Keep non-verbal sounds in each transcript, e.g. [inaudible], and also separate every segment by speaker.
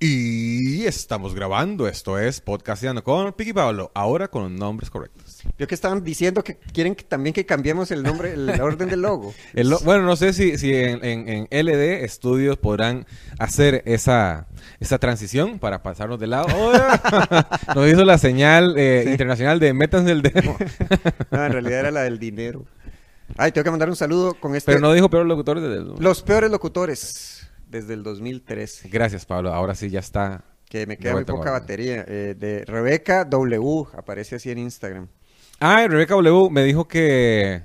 Speaker 1: Y estamos grabando. Esto es Podcasteando con Piqui Pablo. Ahora con los nombres correctos.
Speaker 2: Yo que estaban diciendo que quieren que, también que cambiemos el nombre, el orden del logo.
Speaker 1: [laughs] El lo- bueno, no sé si, si en, en- en LD Studios podrán hacer esa, esa transición para pasarnos de lado. ¡Hola! [laughs] Nos hizo la señal eh, internacional de métanse el demo.
Speaker 2: No, en realidad era la del dinero. Ay, tengo que mandar un saludo con este.
Speaker 1: Pero no dijo peor locutor desde
Speaker 2: Los peores locutores desde el 2013.
Speaker 1: Gracias, Pablo. Ahora sí ya está.
Speaker 2: Que me
Speaker 1: De
Speaker 2: queda muy
Speaker 1: vuelta,
Speaker 2: poca
Speaker 1: Pablo.
Speaker 2: batería. eh, de Rebeca W. Aparece así en Instagram.
Speaker 1: Ah, Rebeca W me dijo que,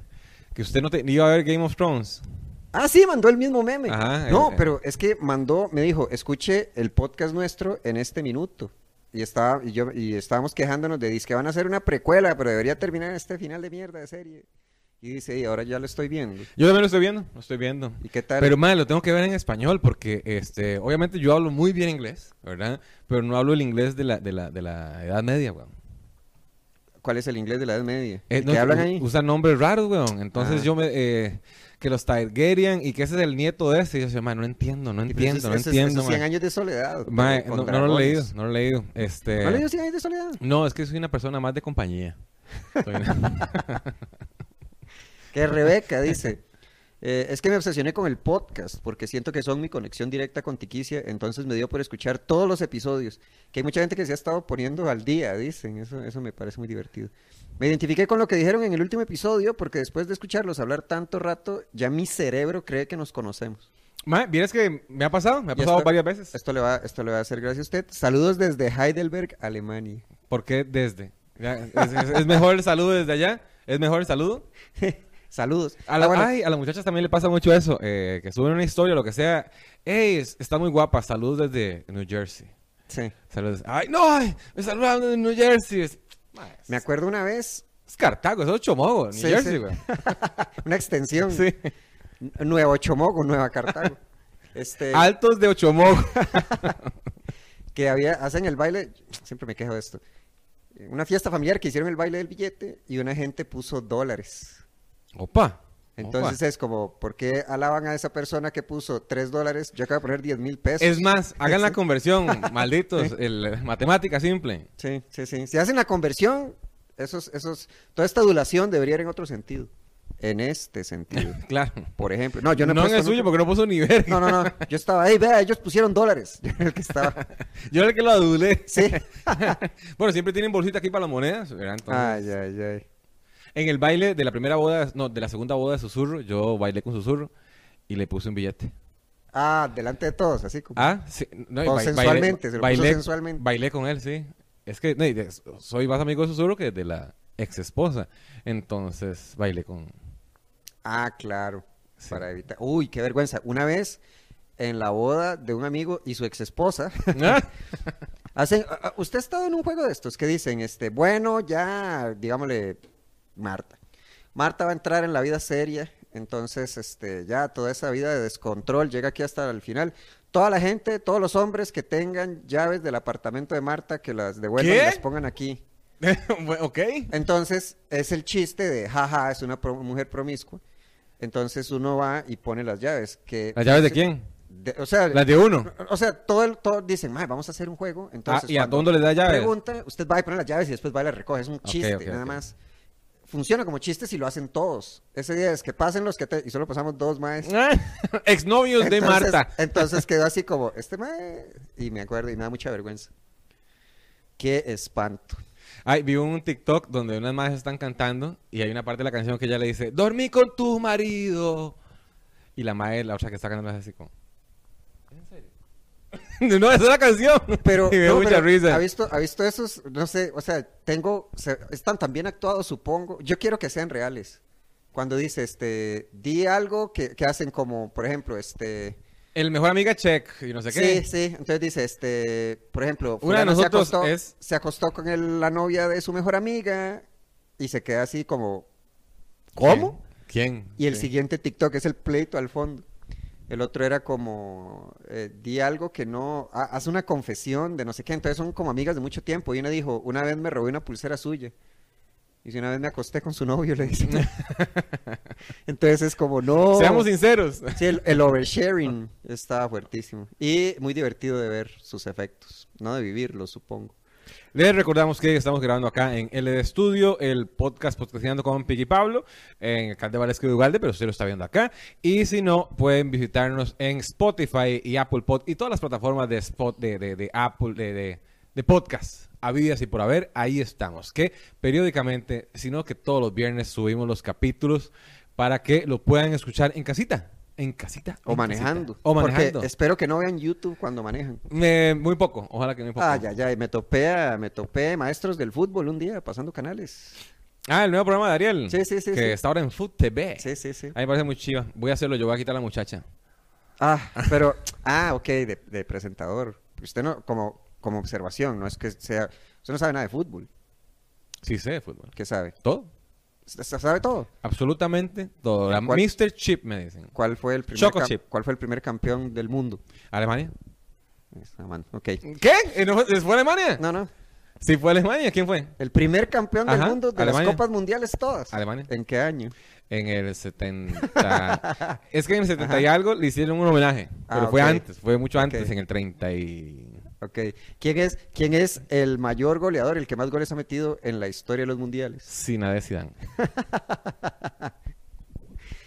Speaker 1: que usted no te, iba a ver Game of Thrones.
Speaker 2: Ah, sí, mandó el mismo meme.
Speaker 1: Ajá,
Speaker 2: no,
Speaker 1: eh, eh.
Speaker 2: pero es que mandó, me dijo, escuche el podcast nuestro en este minuto. Y, estaba, y, yo, y estábamos quejándonos de que van a hacer una precuela, pero debería terminar este final de mierda de serie. Y dice, y ahora ya lo estoy viendo.
Speaker 1: Yo también lo estoy viendo, lo estoy viendo.
Speaker 2: ¿Y qué tal?
Speaker 1: Pero mal, lo tengo que ver en español porque, este, obviamente yo hablo muy bien inglés, ¿verdad? Pero no hablo el inglés de la, de la, de la Edad Media, weón.
Speaker 2: ¿Cuál es el inglés de la Edad Media?
Speaker 1: Eh,
Speaker 2: ¿Y
Speaker 1: no,
Speaker 2: qué hablan
Speaker 1: u-
Speaker 2: ahí?
Speaker 1: Usan nombres raros, weón. Entonces
Speaker 2: Ah.
Speaker 1: yo me... eh, que los Targaryen y que ese es el nieto de ese. Y yo decía, "Ma, no entiendo, no
Speaker 2: Y pues
Speaker 1: entiendo,
Speaker 2: eso-
Speaker 1: no
Speaker 2: eso-
Speaker 1: entiendo,
Speaker 2: esos 100
Speaker 1: ma".
Speaker 2: años de soledad.
Speaker 1: Ma,
Speaker 2: pero
Speaker 1: no,
Speaker 2: con
Speaker 1: no lo he leído,
Speaker 2: dragones.
Speaker 1: no lo he leído. Este,
Speaker 2: ¿No has leído 100 años de soledad?
Speaker 1: no, es que soy una persona más de compañía. Soy
Speaker 2: [laughs]
Speaker 1: una- [laughs]
Speaker 2: Que Rebeca dice, eh, es que me obsesioné con el podcast porque siento que son mi conexión directa con Tiquicia, entonces me dio por escuchar todos los episodios, que hay mucha gente que se ha estado poniendo al día, dicen, eso, eso me parece muy divertido. Me identifiqué con lo que dijeron en el último episodio porque después de escucharlos hablar tanto rato, ya mi cerebro cree que nos conocemos.
Speaker 1: Ma, vieras que me ha pasado, me ha
Speaker 2: Y
Speaker 1: pasado
Speaker 2: esto-
Speaker 1: varias veces.
Speaker 2: Esto le va, esto le va a hacer gracias a usted. Saludos desde Heidelberg, Alemania. [laughs]
Speaker 1: ¿Por qué desde? Ya, Es, es- es mejor el saludo desde allá? ¿Es mejor el saludo?
Speaker 2: Saludos.
Speaker 1: A, la-
Speaker 2: Ah, bueno,
Speaker 1: ay, a las muchachas también le pasa mucho eso, eh, que suben una historia o lo que sea. ¡Ey! es- Está muy guapa, saludos desde New Jersey.
Speaker 2: sí.
Speaker 1: Saludos. ¡Ay, no! ay, me saludaron desde New Jersey. Es, ma, es-
Speaker 2: Me acuerdo una vez, [laughs]
Speaker 1: es Cartago, eso es Chomogo, New
Speaker 2: Sí,
Speaker 1: Jersey,
Speaker 2: sí. [laughs]
Speaker 1: güey.
Speaker 2: una extensión.
Speaker 1: Sí.
Speaker 2: Nuevo Chomogo,
Speaker 1: [laughs]
Speaker 2: Nueva Cartago. Este,
Speaker 1: Altos de
Speaker 2: [laughs]
Speaker 1: Ochomogo.
Speaker 2: que había, hacen el baile, siempre me quejo de esto. Eh, Una fiesta familiar que hicieron el baile del billete y una gente puso dólares.
Speaker 1: Opa.
Speaker 2: Entonces
Speaker 1: opa.
Speaker 2: es como, ¿por qué alaban a esa persona que puso 3 dólares? Yo acabo de poner 10 mil pesos.
Speaker 1: Es más, hagan la conversión,
Speaker 2: [laughs]
Speaker 1: malditos. el- matemática simple.
Speaker 2: Sí, sí, sí. Si hacen la conversión, esos, esos, toda esta adulación debería ir en otro sentido. En
Speaker 1: [laughs]
Speaker 2: este sentido.
Speaker 1: Claro.
Speaker 2: Por ejemplo. No, yo no, he
Speaker 1: no en
Speaker 2: puesto
Speaker 1: el suyo
Speaker 2: nunca-
Speaker 1: porque no puso ni verga.
Speaker 2: No, no, no. Yo estaba ahí, vea, ellos pusieron dólares. [laughs] Yo era el que estaba.
Speaker 1: [laughs] Yo era el que lo
Speaker 2: [laughs]
Speaker 1: adulé. [laughs]
Speaker 2: Sí.
Speaker 1: bueno, siempre tienen bolsita aquí para las monedas, ¿verdad? Entonces,
Speaker 2: Ay, ay, ay.
Speaker 1: En el baile de la primera boda, no, de la segunda boda de Susurro, yo bailé con Susurro y le puse un billete.
Speaker 2: Ah, delante de todos, así como.
Speaker 1: Ah, sí. No, y
Speaker 2: O
Speaker 1: ba- bailé-
Speaker 2: sensualmente, se lo puso
Speaker 1: bailé,
Speaker 2: sensualmente.
Speaker 1: bailé con él, sí. Es que no, y de- soy más amigo de Susurro que de la ex esposa. Entonces, bailé [laughs] con...
Speaker 2: Ah, claro.
Speaker 1: Sí.
Speaker 2: Para evitar. Uy, qué vergüenza. Una vez en la boda de un amigo y su exesposa [laughs]
Speaker 1: Ah,
Speaker 2: hacen. a- a- ¿Usted ha estado en un juego de estos que dicen, este, bueno, ya, digámosle, Marta. Marta va a entrar en la vida seria, entonces, este, ya toda esa vida de descontrol llega aquí hasta el final. Toda la gente, todos los hombres que tengan llaves del apartamento de Marta, que las devuelvan
Speaker 1: ¿Qué?
Speaker 2: y las pongan aquí.
Speaker 1: bueno, ok.
Speaker 2: Entonces, es el chiste de, jaja, es una pro- mujer promiscua. Entonces uno va y pone las llaves. Que,
Speaker 1: ¿Las llaves de quién?
Speaker 2: de- o sea,
Speaker 1: Las de [laughs] uno.
Speaker 2: o sea, todo el, todo dicen, "Mae, vamos a hacer un juego. Entonces,
Speaker 1: Ah, ¿y a
Speaker 2: cuando
Speaker 1: dónde les da llaves?
Speaker 2: Pregunta, usted va y pone las llaves y después va y las recoge. Es un
Speaker 1: Ok,
Speaker 2: chiste,
Speaker 1: ok,
Speaker 2: nada
Speaker 1: ok.
Speaker 2: más. Funciona como chiste si lo hacen todos. Ese día es que pasen los que te... Y solo pasamos dos más.
Speaker 1: Ah, Exnovios de Marta. [laughs]
Speaker 2: Entonces quedó así como, este mae... Y me acuerdo y me da mucha vergüenza. Qué espanto.
Speaker 1: Ay, vi un TikTok donde unas madres están cantando y hay una parte de la canción que ella le dice, dormí con tu marido. Y la madre, la otra que está cantando, es así como... ¿En serio? [laughs] no, esa es la canción.
Speaker 2: Pero,
Speaker 1: [laughs] y me dio
Speaker 2: no,
Speaker 1: mucha
Speaker 2: pero,
Speaker 1: risa.
Speaker 2: ¿ha visto, ha visto esos? No sé, o sea, tengo, se- están tan bien actuados, supongo. Yo quiero que sean reales. Cuando dice, este, di algo que, que hacen como, por ejemplo, este,
Speaker 1: El mejor amiga check y no sé qué.
Speaker 2: sí, sí, entonces dice, este, por ejemplo,
Speaker 1: Una de
Speaker 2: fulano
Speaker 1: nosotros
Speaker 2: se acostó,
Speaker 1: es-
Speaker 2: se acostó con el- la novia de su mejor amiga y se queda así como, ¿cómo?
Speaker 1: ¿Quién?
Speaker 2: Y el
Speaker 1: Sí.
Speaker 2: siguiente TikTok es el pleito al fondo. El otro era como, eh, di algo que no, ha- haz una confesión de no sé qué. Entonces son como amigas de mucho tiempo. Y una dijo, una vez me robé una pulsera suya. Y Y si una vez me acosté con su novio,
Speaker 1: [laughs]
Speaker 2: le dice. Entonces es como, no.
Speaker 1: Seamos sinceros.
Speaker 2: Sí, el, el oversharing está fuertísimo. Y muy divertido de ver sus efectos, no de vivirlos, supongo.
Speaker 1: Les recordamos que estamos grabando acá en LD Studio, el podcast Podcastinando con Piggy Pablo, en el canal de Valesco de Ugalde, pero usted lo está viendo acá. Y si no, pueden visitarnos en Spotify y Apple Pod y todas las plataformas de spot de, de, de Apple, de, de, de podcast, habidas y por haber, ahí estamos. Que periódicamente, sino que todos los viernes subimos los capítulos para que lo puedan escuchar en casita. En casita.
Speaker 2: O
Speaker 1: en
Speaker 2: manejando.
Speaker 1: casita. O
Speaker 2: Porque
Speaker 1: manejando.
Speaker 2: espero que no vean YouTube cuando manejan.
Speaker 1: Eh, muy poco, ojalá que muy poco.
Speaker 2: Ay, ay, ay, me topé, a- me topé maestros del fútbol un día pasando canales.
Speaker 1: Ah, el nuevo programa de Ariel.
Speaker 2: Sí, sí, sí,
Speaker 1: Que
Speaker 2: sí.
Speaker 1: está ahora en Food TV.
Speaker 2: Sí, sí, sí.
Speaker 1: A mí me parece muy chiva. Voy a hacerlo, yo voy a quitar a la muchacha.
Speaker 2: Ah, pero, [laughs] ah, ok, de, de presentador. Pues Usted no, como, como observación, no es que sea, usted no sabe nada de fútbol.
Speaker 1: Sí sé de fútbol.
Speaker 2: ¿Qué sabe?
Speaker 1: Todo.
Speaker 2: S- s- ¿Sabe todo?
Speaker 1: Absolutamente todo. La
Speaker 2: ¿Cuál?
Speaker 1: Mr. Chip me dicen.
Speaker 2: ¿Cuál fue el primer,
Speaker 1: Choco
Speaker 2: cam-
Speaker 1: chip.
Speaker 2: ¿cuál fue el primer campeón del mundo?
Speaker 1: ¿Alemania?
Speaker 2: Esa mano, Ok.
Speaker 1: [laughs] ¿Qué? ¿Eh, no fue- ¿Fue Alemania?
Speaker 2: No, no.
Speaker 1: Sí, fue Alemania. ¿Quién fue?
Speaker 2: El primer campeón del
Speaker 1: Ajá,
Speaker 2: mundo de
Speaker 1: Alemania.
Speaker 2: las copas mundiales todas.
Speaker 1: Alemania.
Speaker 2: ¿En qué año?
Speaker 1: En el
Speaker 2: [laughs]
Speaker 1: 70. es que en el 70 y algo le hicieron un homenaje.
Speaker 2: Ah,
Speaker 1: Pero fue
Speaker 2: ok.
Speaker 1: antes, fue mucho antes,
Speaker 2: Ok.
Speaker 1: en el 30 y.
Speaker 2: Ok. ¿Quién es, ¿Quién es el mayor goleador, el que más goles ha metido en la historia de los mundiales?
Speaker 1: Zinedine
Speaker 2: [laughs]
Speaker 1: Zidane.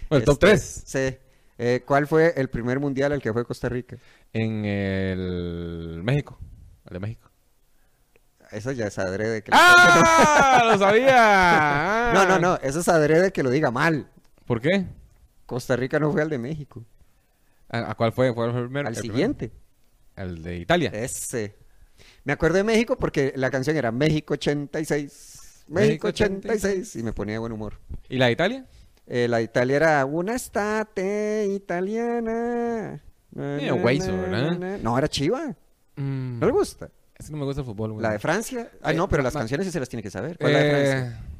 Speaker 1: Bueno, el top
Speaker 2: Este,
Speaker 1: 3.
Speaker 2: Sí. Eh, ¿Cuál fue el primer mundial al que fue Costa Rica?
Speaker 1: En el. México. El de México.
Speaker 2: Eso ya es adrede. Que lo-
Speaker 1: ¡Ah! ¡Lo sabía! Ah.
Speaker 2: [laughs] No, no, no. Eso es adrede que lo diga mal.
Speaker 1: ¿Por qué?
Speaker 2: Costa Rica no fue al de México.
Speaker 1: ¿A, a cuál fue? ¿Cuál fue el primero?
Speaker 2: al
Speaker 1: El primero.
Speaker 2: siguiente. Eh.
Speaker 1: El de Italia.
Speaker 2: Ese. Me acuerdo de México porque la canción era México 86.
Speaker 1: México
Speaker 2: México 86. Y me ponía de buen humor.
Speaker 1: ¿Y la de Italia?
Speaker 2: Eh, la de Italia era una estate italiana. Na,
Speaker 1: Eh,
Speaker 2: na,
Speaker 1: Guaizo,
Speaker 2: na,
Speaker 1: ¿verdad?
Speaker 2: na, na. No, era chiva.
Speaker 1: Mm,
Speaker 2: No le gusta.
Speaker 1: Es que no me gusta el fútbol, güey.
Speaker 2: La de Francia. Ah,
Speaker 1: Eh,
Speaker 2: no, pero las
Speaker 1: ma- Eh.
Speaker 2: canciones sí se las tiene que saber. ¿Cuál es la de Francia?
Speaker 1: Francia.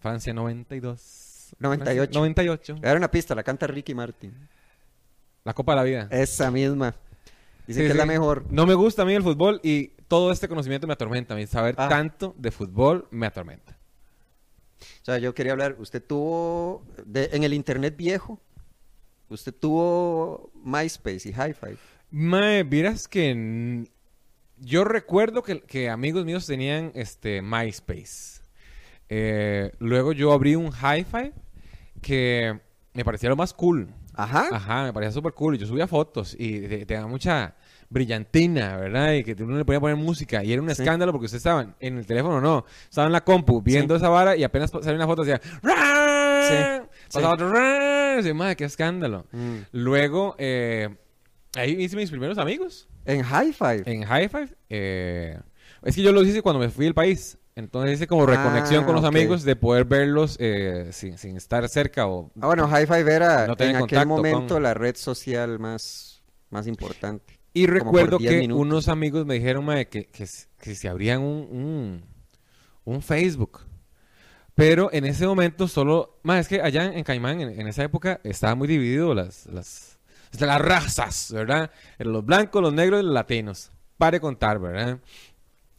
Speaker 1: Francia 92.
Speaker 2: 98.
Speaker 1: 98.
Speaker 2: Le daré una pista, la canta Ricky Martin.
Speaker 1: La Copa de la Vida.
Speaker 2: Esa misma. Eh, Dice
Speaker 1: Sí,
Speaker 2: que es la
Speaker 1: sí.
Speaker 2: mejor.
Speaker 1: No me gusta a mí el fútbol y todo este conocimiento me atormenta. A mí saber
Speaker 2: Ah.
Speaker 1: tanto de fútbol me atormenta.
Speaker 2: O sea, yo quería hablar, usted tuvo, de- en el internet viejo, usted tuvo MySpace y Hi-Fi.
Speaker 1: Mae, miras que n- yo recuerdo que, que amigos míos tenían este MySpace. Eh, luego yo abrí un hi-fi que me parecía lo más cool.
Speaker 2: Ajá.
Speaker 1: Ajá, me parecía súper cool. Yo subía fotos y te, te da mucha brillantina, ¿verdad? Y que uno le podía poner música. Y era un
Speaker 2: Sí.
Speaker 1: escándalo porque ustedes estaban en el teléfono, no. Estaban en la compu viendo esa vara y apenas pa- salía una foto decía ¡Rar!
Speaker 2: Sí.
Speaker 1: Pasaba otro ¡Rar! Y yo, madre, qué escándalo.
Speaker 2: Mm.
Speaker 1: Luego, eh, ahí hice mis primeros amigos
Speaker 2: En Hi-Fi.
Speaker 1: en High Five. eh, es que yo los hice cuando me fui del país. Entonces hice como reconexión
Speaker 2: Ah,
Speaker 1: con los
Speaker 2: ok.
Speaker 1: amigos de poder verlos eh, sin, sin estar cerca o
Speaker 2: Ah, bueno, Hi-Fi era
Speaker 1: No
Speaker 2: en
Speaker 1: tenía
Speaker 2: aquel
Speaker 1: contacto
Speaker 2: momento
Speaker 1: con-
Speaker 2: la red social más, más importante.
Speaker 1: Y
Speaker 2: Como
Speaker 1: recuerdo
Speaker 2: por 10
Speaker 1: que
Speaker 2: minutos.
Speaker 1: unos amigos me dijeron mae, que, que, s- que se abrían un, un, un Facebook. Pero en ese momento solo... Más es que allá en, en Caimán, en, en esa época, estaba muy dividido las, las, las razas, ¿verdad? Eran los blancos, los negros y los latinos. Pare contar, ¿verdad?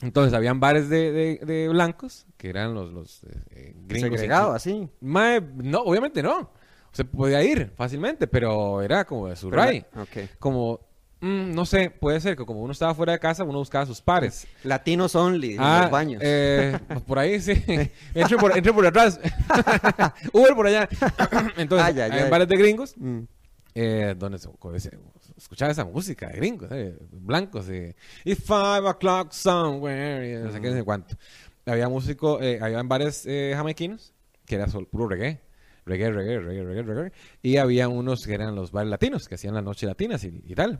Speaker 1: Entonces, habían bares de, de- de blancos, que eran los, los eh, eh, gringos.
Speaker 2: Segregado, así.
Speaker 1: Mae, no, obviamente no. Se podía ir fácilmente, pero era como de su
Speaker 2: Pero la-
Speaker 1: ray
Speaker 2: ok.
Speaker 1: como mm, no sé, puede ser que como uno estaba fuera de casa, uno buscaba a sus pares.
Speaker 2: Latinos only, en los baños.
Speaker 1: Ah, eh, por ahí
Speaker 2: [laughs]
Speaker 1: sí. Entre por, entre por atrás. [laughs] Uber por
Speaker 2: [laughs]
Speaker 1: allá. Entonces,
Speaker 2: Ay, ay,
Speaker 1: en
Speaker 2: ay.
Speaker 1: bares de gringos,
Speaker 2: Mm.
Speaker 1: eh, donde se, co- se- escuchaba esa música de gringos, eh, blancos. Eh, It's five o'clock somewhere, y no sé qué, no sé cuánto. Había músico, eh, había bares eh, jamaiquinos, que era sol, puro reggae. Reggae, reggae, reggae, reggae, reggae. Y había unos que eran los bares latinos, que hacían las noches latinas y, y tal.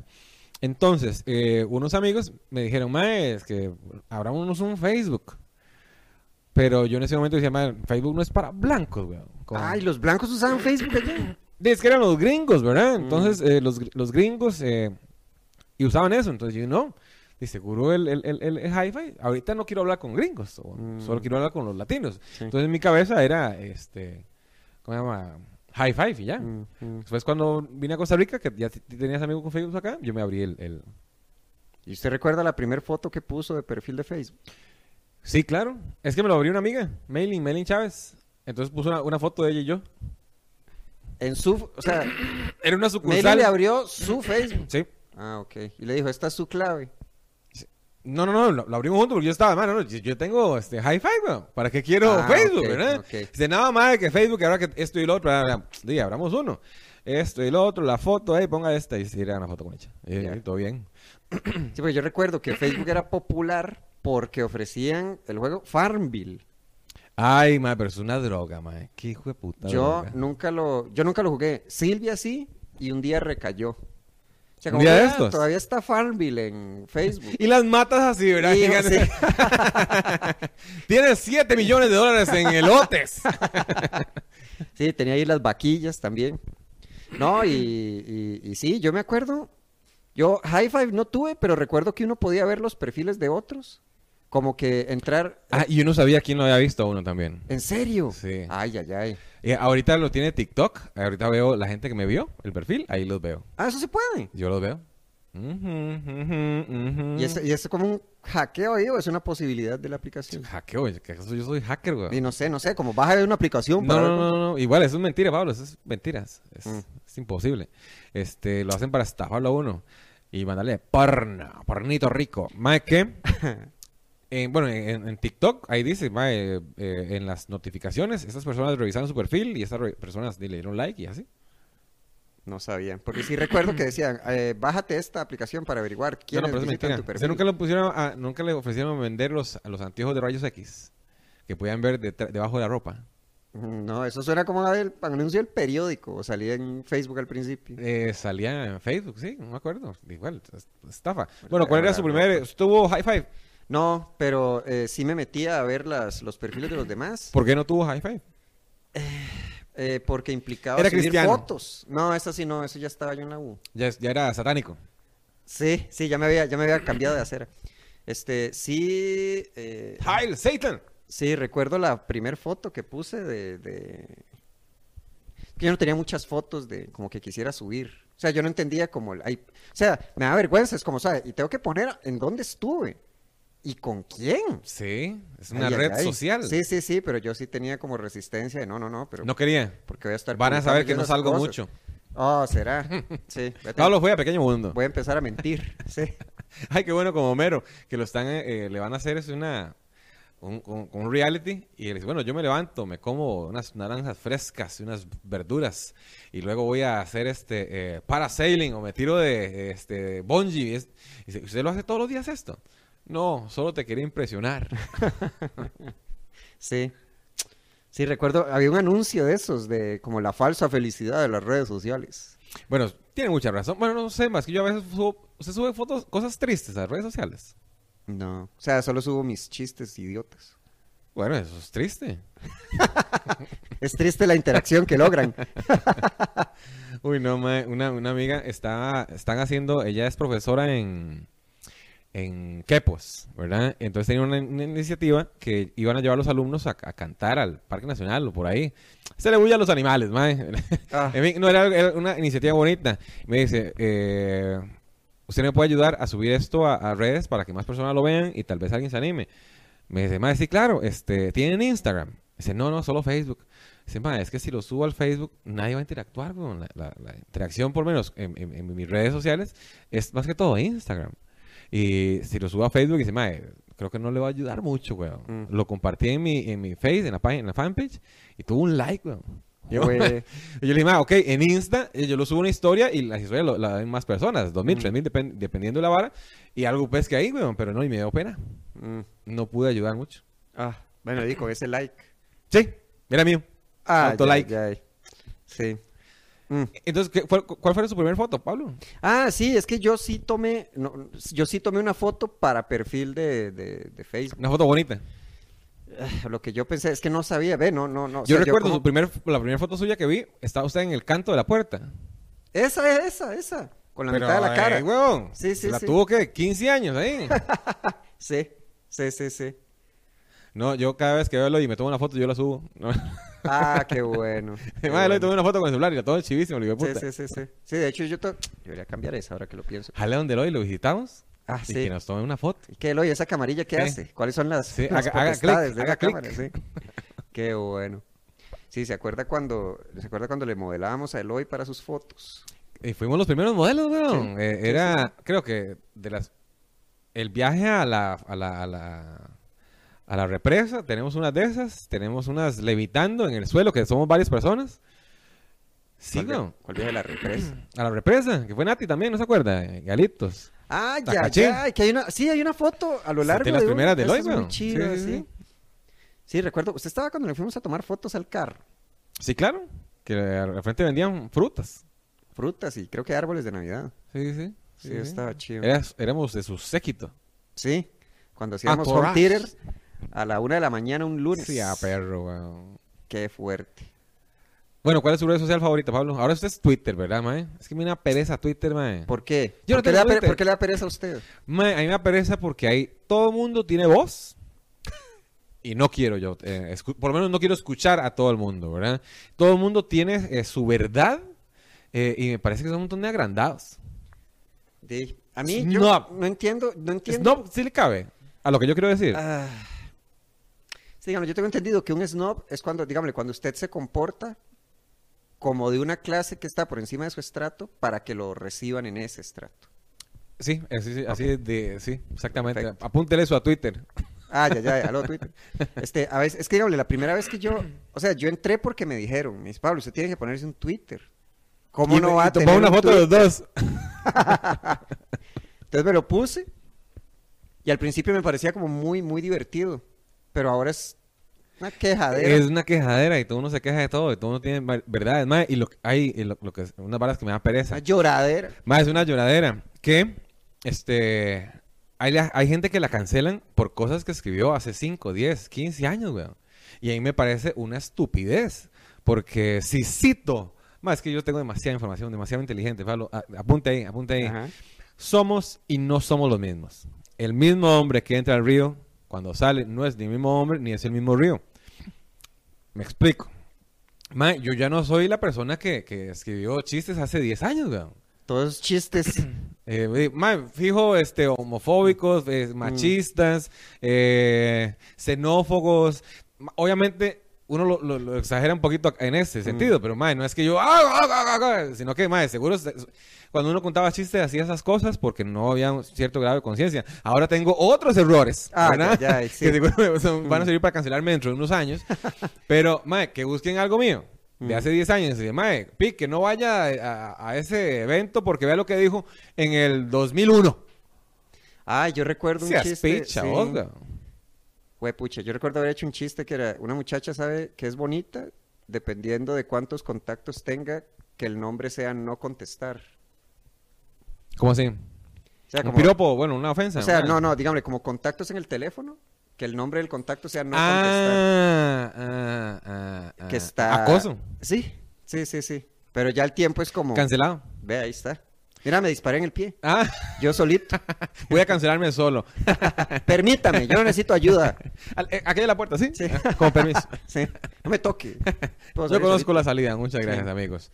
Speaker 1: Entonces, eh, unos amigos me dijeron, mae, es que abrámonos un Facebook. Pero yo en ese momento decía, mae, Facebook no es para blancos, weón. Con-
Speaker 2: Ay, los blancos usaban Facebook allá.
Speaker 1: es que eran los gringos, ¿verdad?
Speaker 2: Mm.
Speaker 1: Entonces, eh, los, gr- los gringos eh, y usaban eso. Entonces, yo no. Y seguro el, el, el, el- el hi-fi. Ahorita no quiero hablar con gringos, o
Speaker 2: Mm.
Speaker 1: solo quiero hablar con los latinos.
Speaker 2: Sí.
Speaker 1: Entonces, en mi cabeza era, este, ¿cómo se llama? Hi-fi y ya.
Speaker 2: Mm, mm.
Speaker 1: Después, cuando vine a Costa Rica, que ya t- tenías amigos con Facebook acá, yo me abrí el. el-
Speaker 2: ¿Y usted recuerda la primera foto que puso de perfil de Facebook?
Speaker 1: Sí, claro. Es que me lo abrió una amiga, Maylin, Maylin Chávez. Entonces puso una, una foto de ella y yo.
Speaker 2: En su,
Speaker 1: [coughs]
Speaker 2: o sea,
Speaker 1: Era una
Speaker 2: Meli
Speaker 1: sucursal.
Speaker 2: le abrió su Facebook.
Speaker 1: Sí.
Speaker 2: Ah, ok. Y le dijo, esta es su clave.
Speaker 1: No, no, no, lo, lo abrimos juntos porque yo estaba, mano, no, yo, yo tengo este hi-fi, weón. ¿Para qué quiero
Speaker 2: Ah,
Speaker 1: Facebook,
Speaker 2: ok,
Speaker 1: verdad?
Speaker 2: ok.
Speaker 1: Dice, nada más que Facebook, ahora que esto y lo otro, bla, bla, bla. Di, abramos uno. Esto y lo otro, la foto, ahí, ponga esta. Y se era una foto con ella. Y,
Speaker 2: Ya.
Speaker 1: y todo bien.
Speaker 2: Sí, porque yo recuerdo que Facebook era popular porque ofrecían el juego Farmville.
Speaker 1: Ay, madre, pero es una droga, madre. Qué hijo de puta.
Speaker 2: Yo
Speaker 1: droga.
Speaker 2: nunca lo, yo nunca lo jugué. Silvia sí, y un día recayó. O sea,
Speaker 1: ¿Un día de
Speaker 2: "Ah,
Speaker 1: estos?"
Speaker 2: Todavía está Farmville en Facebook.
Speaker 1: [laughs] Y las matas así, ¿verdad?
Speaker 2: Y-
Speaker 1: Llegan- [laughs]
Speaker 2: sí.
Speaker 1: Tienes 7 millones de dólares en elotes.
Speaker 2: [laughs] [laughs] Sí, tenía ahí las vaquillas también. No, y, y- y sí, yo me acuerdo. Yo High Five no tuve, pero recuerdo que uno podía ver los perfiles de otros. Como que entrar.
Speaker 1: ah, y uno sabía quién lo había visto a uno también.
Speaker 2: ¿En serio?
Speaker 1: Sí.
Speaker 2: Ay, ay, ay.
Speaker 1: Eh, ahorita lo tiene TikTok. Ahorita veo la gente que me vio, el perfil, ahí los veo.
Speaker 2: Ah, eso se puede.
Speaker 1: Yo los veo. Ujú, ujú, ujú.
Speaker 2: Y es, y es como un hackeo ahí, o es una posibilidad de la aplicación.
Speaker 1: Hackeo, güey, que eso- yo soy hacker,
Speaker 2: Y
Speaker 1: güey.
Speaker 2: no sé, no sé, como baja de una aplicación.
Speaker 1: No, no,
Speaker 2: para ver-
Speaker 1: no, no, igual, eso es mentira, Pablo, eso es mentiras. Es,
Speaker 2: Mm.
Speaker 1: es imposible. Este, lo hacen para estafarlo a uno y mandarle porno, pornito rico. Más
Speaker 2: [laughs]
Speaker 1: que, en- bueno, en, en TikTok, ahí dice, mae, eh, eh, en las notificaciones, estas personas revisaron su perfil y estas re- personas le dieron like y así.
Speaker 2: No sabía. Porque sí recuerdo que decían, eh, bájate esta aplicación para averiguar
Speaker 1: No,
Speaker 2: quién
Speaker 1: no, pero es mentira.
Speaker 2: tu
Speaker 1: O sea,
Speaker 2: perfil.
Speaker 1: nunca, lo pusieron a- nunca le ofrecieron vender los, los anteojos de rayos X que podían ver detra- debajo de la ropa.
Speaker 2: No, eso suena como el anuncio del periódico, o salía en Facebook al principio.
Speaker 1: Eh, salía en Facebook, sí, no me acuerdo. Igual, es- estafa. Bueno, ¿cuál era su
Speaker 2: Ahora,
Speaker 1: primer? ¿Tuvo High Five?
Speaker 2: No, pero eh, sí me metía a ver las, los perfiles de los demás.
Speaker 1: ¿Por qué no tuvo High Five?
Speaker 2: eh, porque implicaba
Speaker 1: Era
Speaker 2: subir
Speaker 1: cristiano.
Speaker 2: fotos. No, eso sí no, eso ya estaba yo en la U.
Speaker 1: Ya, es- ya era satánico.
Speaker 2: Sí, sí, ya me había, ya me había cambiado de acera. Este, sí, eh,
Speaker 1: ¡Hail Satan!
Speaker 2: sí, recuerdo la primer foto que puse de, de- que yo no tenía muchas fotos de como que quisiera subir. O sea, yo no entendía como... el- ay, o sea, me da vergüenza, es como, ¿sabes? Y tengo que poner en dónde estuve y con quién.
Speaker 1: Sí, es una
Speaker 2: Ay, ay,
Speaker 1: red
Speaker 2: ay.
Speaker 1: social.
Speaker 2: Sí, sí, sí, pero yo sí tenía como resistencia de no, no, no, pero
Speaker 1: No quería.
Speaker 2: porque voy a estar
Speaker 1: Van a saber
Speaker 2: publicando
Speaker 1: que
Speaker 2: yo
Speaker 1: no
Speaker 2: esas
Speaker 1: salgo
Speaker 2: cosas.
Speaker 1: mucho.
Speaker 2: Oh,
Speaker 1: [laughs]
Speaker 2: será. Sí, voy a, tener-
Speaker 1: Pablo fue a Pequeño Mundo.
Speaker 2: voy a empezar a mentir. [laughs] Sí.
Speaker 1: [laughs] Ay, qué bueno como Homero, que lo están, eh, eh, le van a hacer es una, un, un- un reality y él dice, bueno, yo me levanto, me como unas naranjas frescas y unas verduras y luego voy a hacer este eh, parasailing o me tiro de este bungee. Y es- y dice, ¿usted lo hace todos los días esto? No, solo te quería impresionar. [laughs]
Speaker 2: Sí. Sí, recuerdo, había un anuncio de esos, de como la falsa felicidad de las redes sociales.
Speaker 1: bueno, tiene mucha razón. Bueno, no sé, más que yo a veces subo, usted sube fotos, cosas tristes a las redes sociales.
Speaker 2: No. O sea, solo subo mis chistes idiotas.
Speaker 1: Bueno, eso es triste.
Speaker 2: Es triste la interacción
Speaker 1: [laughs]
Speaker 2: que logran.
Speaker 1: Uy, no, mae, una, una amiga está, están haciendo, ella es profesora en, en Quepos, ¿verdad? Entonces tenía una, una iniciativa que iban a llevar a los alumnos a, a cantar al Parque Nacional o por ahí. Se le bulla a los animales, mae.
Speaker 2: Ah.
Speaker 1: En fin, no, era, era una iniciativa bonita. Me dice, eh, ¿usted me puede ayudar a subir esto a, a redes para que más personas lo vean y tal vez alguien se anime? Me dice, mae, sí, claro, este, ¿tienen Instagram? Dice, no, no, solo Facebook. Dice, mae, es que si lo subo al Facebook, nadie va a interactuar, weón. La, la- la interacción, por lo menos en, en- en mis redes sociales, es más que todo Instagram. Y si lo subo a Facebook, dice, mae, creo que no le va a ayudar mucho, weón.
Speaker 2: Mm.
Speaker 1: Lo compartí en mi, en mi Face, en la página, en la fanpage, y tuvo un like, weón. Yo, [laughs]
Speaker 2: Güey.
Speaker 1: yo le dije, "Ma, ok, en Insta, eh, yo lo subo una historia y las historias lo- la ven más personas, 2000,
Speaker 2: Mm.
Speaker 1: 3000, depen- dependiendo de la vara, y algo pues que ahí, weón, pero no, y me dio pena.
Speaker 2: Mm.
Speaker 1: No pude ayudar mucho.
Speaker 2: Ah, bueno, dijo ese like.
Speaker 1: Sí, era mío.
Speaker 2: Ah,
Speaker 1: Auto
Speaker 2: ya,
Speaker 1: like.
Speaker 2: ya. Sí. Mm.
Speaker 1: Entonces, ¿qué fue- cu- ¿cuál fue su primera foto, Pablo?
Speaker 2: Ah, sí, es que yo sí tomé, no, yo sí tomé una foto para perfil de, de- de Facebook.
Speaker 1: Una foto bonita.
Speaker 2: Ah, Lo que yo pensé es que no sabía, ve, no, no, no. o
Speaker 1: yo
Speaker 2: sea,
Speaker 1: recuerdo
Speaker 2: como-
Speaker 1: su primer, la primera foto suya que vi, estaba usted en el canto de la puerta.
Speaker 2: Esa, esa, esa. Con la
Speaker 1: Pero,
Speaker 2: mitad de la
Speaker 1: eh,
Speaker 2: cara.
Speaker 1: huevón,
Speaker 2: Sí, sí,
Speaker 1: La
Speaker 2: sí.
Speaker 1: tuvo que 15 años ahí.
Speaker 2: Sí, sí, sí, sí.
Speaker 1: no, yo cada vez que veo a Eloy y me tomo una foto, yo la subo. [laughs] No.
Speaker 2: Ah,
Speaker 1: [laughs]
Speaker 2: qué bueno. qué
Speaker 1: Además, Eloy
Speaker 2: bueno.
Speaker 1: tomó una foto con el celular y la todo chivísimo, le digo,
Speaker 2: Sí,
Speaker 1: puta.
Speaker 2: sí, sí, sí. Sí, de hecho yo to- yo debería cambiar esa ahora que lo pienso.
Speaker 1: Jale donde Eloy, lo visitamos.
Speaker 2: Ah,
Speaker 1: y
Speaker 2: sí.
Speaker 1: que nos tome una foto.
Speaker 2: ¿Qué Eloy, esa camarilla qué
Speaker 1: Sí.
Speaker 2: hace? ¿Cuáles son las,
Speaker 1: Sí,
Speaker 2: [laughs] las
Speaker 1: haga- haga clic,
Speaker 2: potestades de
Speaker 1: haga
Speaker 2: esa
Speaker 1: clic.
Speaker 2: cámara? Sí. [laughs] Qué bueno. Sí, ¿se acuerda cuando, se acuerda cuando le modelábamos a Eloy para sus fotos?
Speaker 1: Y fuimos los primeros modelos, weón.
Speaker 2: Sí,
Speaker 1: Eh,
Speaker 2: sí,
Speaker 1: era, creo que de las el viaje a la, a la, a la, a la represa, tenemos unas de esas, tenemos unas levitando en el suelo, que somos varias personas. Sí,
Speaker 2: ¿Cuál vi-
Speaker 1: weón.
Speaker 2: ¿Cuál viaje de la represa?
Speaker 1: [clears throat] A la represa, que fue Nati también, ¿no se acuerda? Eh, Galitos.
Speaker 2: Ah, ya,
Speaker 1: Tacachín.
Speaker 2: ya, que hay una, sí, hay una foto a lo
Speaker 1: Sí,
Speaker 2: largo
Speaker 1: de las
Speaker 2: un-
Speaker 1: primeras de
Speaker 2: esa
Speaker 1: Eloy,
Speaker 2: es muy
Speaker 1: weón. Sí,
Speaker 2: chida,
Speaker 1: sí,
Speaker 2: sí.
Speaker 1: sí.
Speaker 2: Sí, recuerdo, usted estaba cuando le fuimos a tomar fotos al carro,
Speaker 1: Sí, claro. Que al frente vendían frutas.
Speaker 2: frutas y creo que árboles de Navidad.
Speaker 1: Sí, sí.
Speaker 2: Sí, estaba chido.
Speaker 1: Eras- éramos de su séquito.
Speaker 2: Sí,
Speaker 1: Ah,
Speaker 2: cuando hacíamos home
Speaker 1: Atorados.
Speaker 2: theater a la una de la mañana un lunes.
Speaker 1: Sí, ah, a perro, weón.
Speaker 2: Qué fuerte.
Speaker 1: Bueno, ¿cuál es su red social favorita, Pablo? Ahora usted es Twitter, ¿verdad, mae? Es que me da pereza Twitter, mae.
Speaker 2: ¿Por qué?
Speaker 1: Yo no
Speaker 2: ¿Por,
Speaker 1: tengo
Speaker 2: qué le da pere-
Speaker 1: Twitter.
Speaker 2: por qué le da pereza a usted?
Speaker 1: Mae, a mí me da pereza porque ahí todo el mundo tiene voz. [laughs] Y no quiero yo, eh, escu- por lo menos no quiero escuchar a todo el mundo, ¿verdad? Todo el mundo tiene eh, su verdad eh, y me parece que son un montón de agrandados.
Speaker 2: Sí. A mí
Speaker 1: Snob.
Speaker 2: yo no entiendo, no entiendo.
Speaker 1: Snob sí le cabe a lo que yo quiero decir.
Speaker 2: Ah. Sí, digamos, yo tengo entendido que un snob es cuando, dígame, cuando usted se comporta como de una clase que está por encima de su estrato para que lo reciban en ese estrato.
Speaker 1: sí, así, sí, así de, sí, exactamente.
Speaker 2: Perfecto.
Speaker 1: Apúntele eso a Twitter.
Speaker 2: Ah, ya, ya, aló, Twitter. Este, a veces, es que, dígame, la primera vez que yo, o sea, yo entré porque me dijeron, mis Pablo, usted tiene que ponerse un Twitter. ¿Cómo
Speaker 1: Y-
Speaker 2: no va
Speaker 1: y
Speaker 2: a
Speaker 1: tomó
Speaker 2: tener
Speaker 1: una
Speaker 2: un
Speaker 1: foto de los dos.
Speaker 2: Entonces me lo puse y al principio me parecía como muy, muy divertido, pero ahora es una quejadera.
Speaker 1: Es una quejadera y todo uno se queja de todo y todo uno tiene ver- verdades, mae, y lo que hay, y lo, lo que es- unas varas que me da pereza.
Speaker 2: Una lloradera.
Speaker 1: Mae, es una lloradera que, este, hay, la- hay gente que la cancelan por cosas que escribió hace 5, 10, 15 años, weón. Y a mí me parece una estupidez, porque si cito, más es que yo tengo demasiada información, demasiado inteligente, Pablo, a- apunte ahí, apunte ahí.
Speaker 2: Ajá.
Speaker 1: Somos y no somos los mismos. El mismo hombre que entra al río, cuando sale, no es ni el mismo hombre ni es el mismo río. Me explico. Ma, yo ya no soy la persona que, que escribió chistes hace 10 años, weón.
Speaker 2: Todos
Speaker 1: [clears throat]
Speaker 2: esos chistes.
Speaker 1: Eh, eh, ma, fijo, este, homofóbicos, eh, machistas, eh, xenófobos. Ma, Obviamente, uno lo, lo- lo exagera un poquito en ese sentido, pero ma, no es que yo, "Ah, ah, ah, ah", sino que ma, seguro se- cuando uno contaba chistes hacía esas cosas porque no había un cierto grado de conciencia. Ahora tengo otros errores,
Speaker 2: Ah,
Speaker 1: ¿verdad?
Speaker 2: ya,
Speaker 1: [laughs]
Speaker 2: ya, sí. Mm.
Speaker 1: que seguro me- son- van a servir para cancelarme dentro de unos
Speaker 2: [laughs]
Speaker 1: años. Pero, mae, que busquen algo mío.
Speaker 2: Mm.
Speaker 1: De hace 10 años. Y, mae, Pi, que no vaya a, a- a ese evento porque vea lo que dijo en el 2001.
Speaker 2: Ah, yo recuerdo un
Speaker 1: Seas
Speaker 2: chiste.
Speaker 1: picha,
Speaker 2: sí.
Speaker 1: vos, weón.
Speaker 2: Juepucha, yo recuerdo haber hecho un chiste que era una muchacha sabe que es bonita dependiendo de cuántos contactos tenga que el nombre sea no contestar.
Speaker 1: ¿Cómo así?
Speaker 2: O sea,
Speaker 1: un
Speaker 2: como,
Speaker 1: piropo, bueno, una ofensa.
Speaker 2: o sea
Speaker 1: mae.
Speaker 2: no, no, dígame, como contactos en el teléfono, que el nombre del contacto sea no contestar.
Speaker 1: ah, ah, ah, ah.
Speaker 2: Que está...
Speaker 1: Acoso.
Speaker 2: Sí, sí, sí, sí. Pero ya el tiempo es como...
Speaker 1: Cancelado.
Speaker 2: Ve, ahí está. Mira, me disparé en el pie.
Speaker 1: Ah, [laughs]
Speaker 2: Yo solito.
Speaker 1: voy a cancelarme solo.
Speaker 2: Permítame, yo no necesito ayuda.
Speaker 1: Al- eh, Aquí de la puerta, ¿sí?
Speaker 2: Sí.
Speaker 1: Ah, Con permiso.
Speaker 2: Sí, no me toque. [laughs]
Speaker 1: Yo
Speaker 2: Puedo salir
Speaker 1: conozco
Speaker 2: solito.
Speaker 1: la salida, muchas gracias,
Speaker 2: Sí.
Speaker 1: amigos.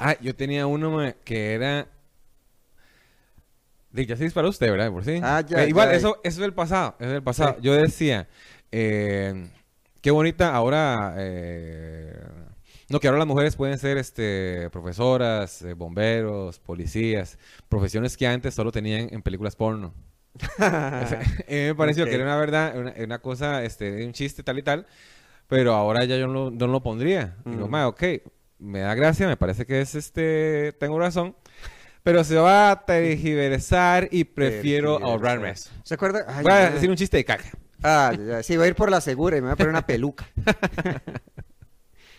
Speaker 1: Ah, yo tenía uno mae, que era. Di, Ya se disparó usted, ¿verdad? Por sí.
Speaker 2: Ah, ya,
Speaker 1: Eh, igual,
Speaker 2: ya.
Speaker 1: Eso, eso es del pasado. eso Es del pasado.
Speaker 2: Sí.
Speaker 1: Yo decía, eh, qué bonita ahora. eh, no, que ahora las mujeres pueden ser este, profesoras, eh, bomberos, policías, profesiones que antes solo tenían en películas porno. O
Speaker 2: [laughs]
Speaker 1: sea, [laughs] eh, me pareció
Speaker 2: Ok.
Speaker 1: que era una verdad, una, una cosa, este, un chiste tal y tal, pero ahora ya yo no, lo- no lo pondría. Y Digo,
Speaker 2: Mm.
Speaker 1: "Ma, ok, me da gracia, me parece que es este, tengo razón, pero se va a tergiversar y prefiero
Speaker 2: Tergiversar.
Speaker 1: ahorrarme eso.
Speaker 2: ¿Se acuerda? Ay,
Speaker 1: Voy a
Speaker 2: ya.
Speaker 1: decir un chiste de caca.
Speaker 2: Ah, ya, ya. sí, voy a ir por la segura y me voy a poner una
Speaker 1: [laughs]
Speaker 2: peluca. [laughs]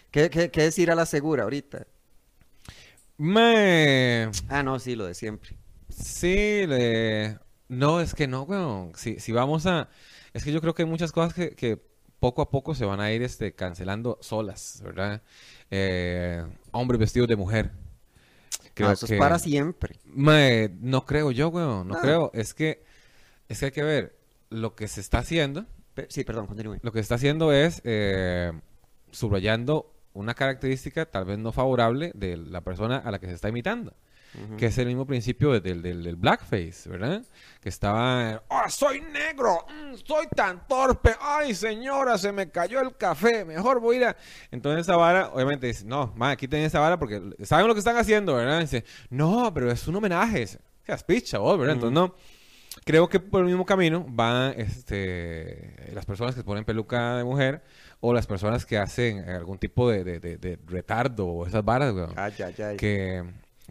Speaker 2: ¿Qué, qué, qué es ir a la segura ahorita?
Speaker 1: Me...
Speaker 2: Ah, no, sí, lo de siempre.
Speaker 1: Sí, le- no, es que no, weón. Si, si vamos a... Es que yo creo que hay muchas cosas que, que poco a poco se van a ir este, cancelando solas, ¿verdad? Eh, hombres vestidos de mujer. Creo
Speaker 2: no, Ah, eso
Speaker 1: que-
Speaker 2: es para siempre.
Speaker 1: Mae, no creo yo, weón, no
Speaker 2: Ah.
Speaker 1: creo. Es que, es que hay que ver lo que se está haciendo.
Speaker 2: Pe- sí, perdón, continúe.
Speaker 1: Lo que se está haciendo es eh, subrayando una característica tal vez no favorable de la persona a la que se está imitando. que es el mismo principio de- del, del- del blackface, ¿verdad? Que estaba, ¡ah, soy negro! Mm, ¡Soy tan torpe! ¡Ay, señora, se me cayó el café! Mejor voy a ir a... Entonces esa vara, obviamente, dice, no, ma, quiten esa vara porque saben lo que están haciendo, ¿verdad? dice, no, pero es un homenaje. Seas picha vos, ¿verdad? Entonces, no. Creo que por el mismo camino van este, las personas que ponen peluca de mujer o las personas que hacen algún tipo de, de- de- de retardo o esas varas, weón.
Speaker 2: Ay, ay, ay.
Speaker 1: Que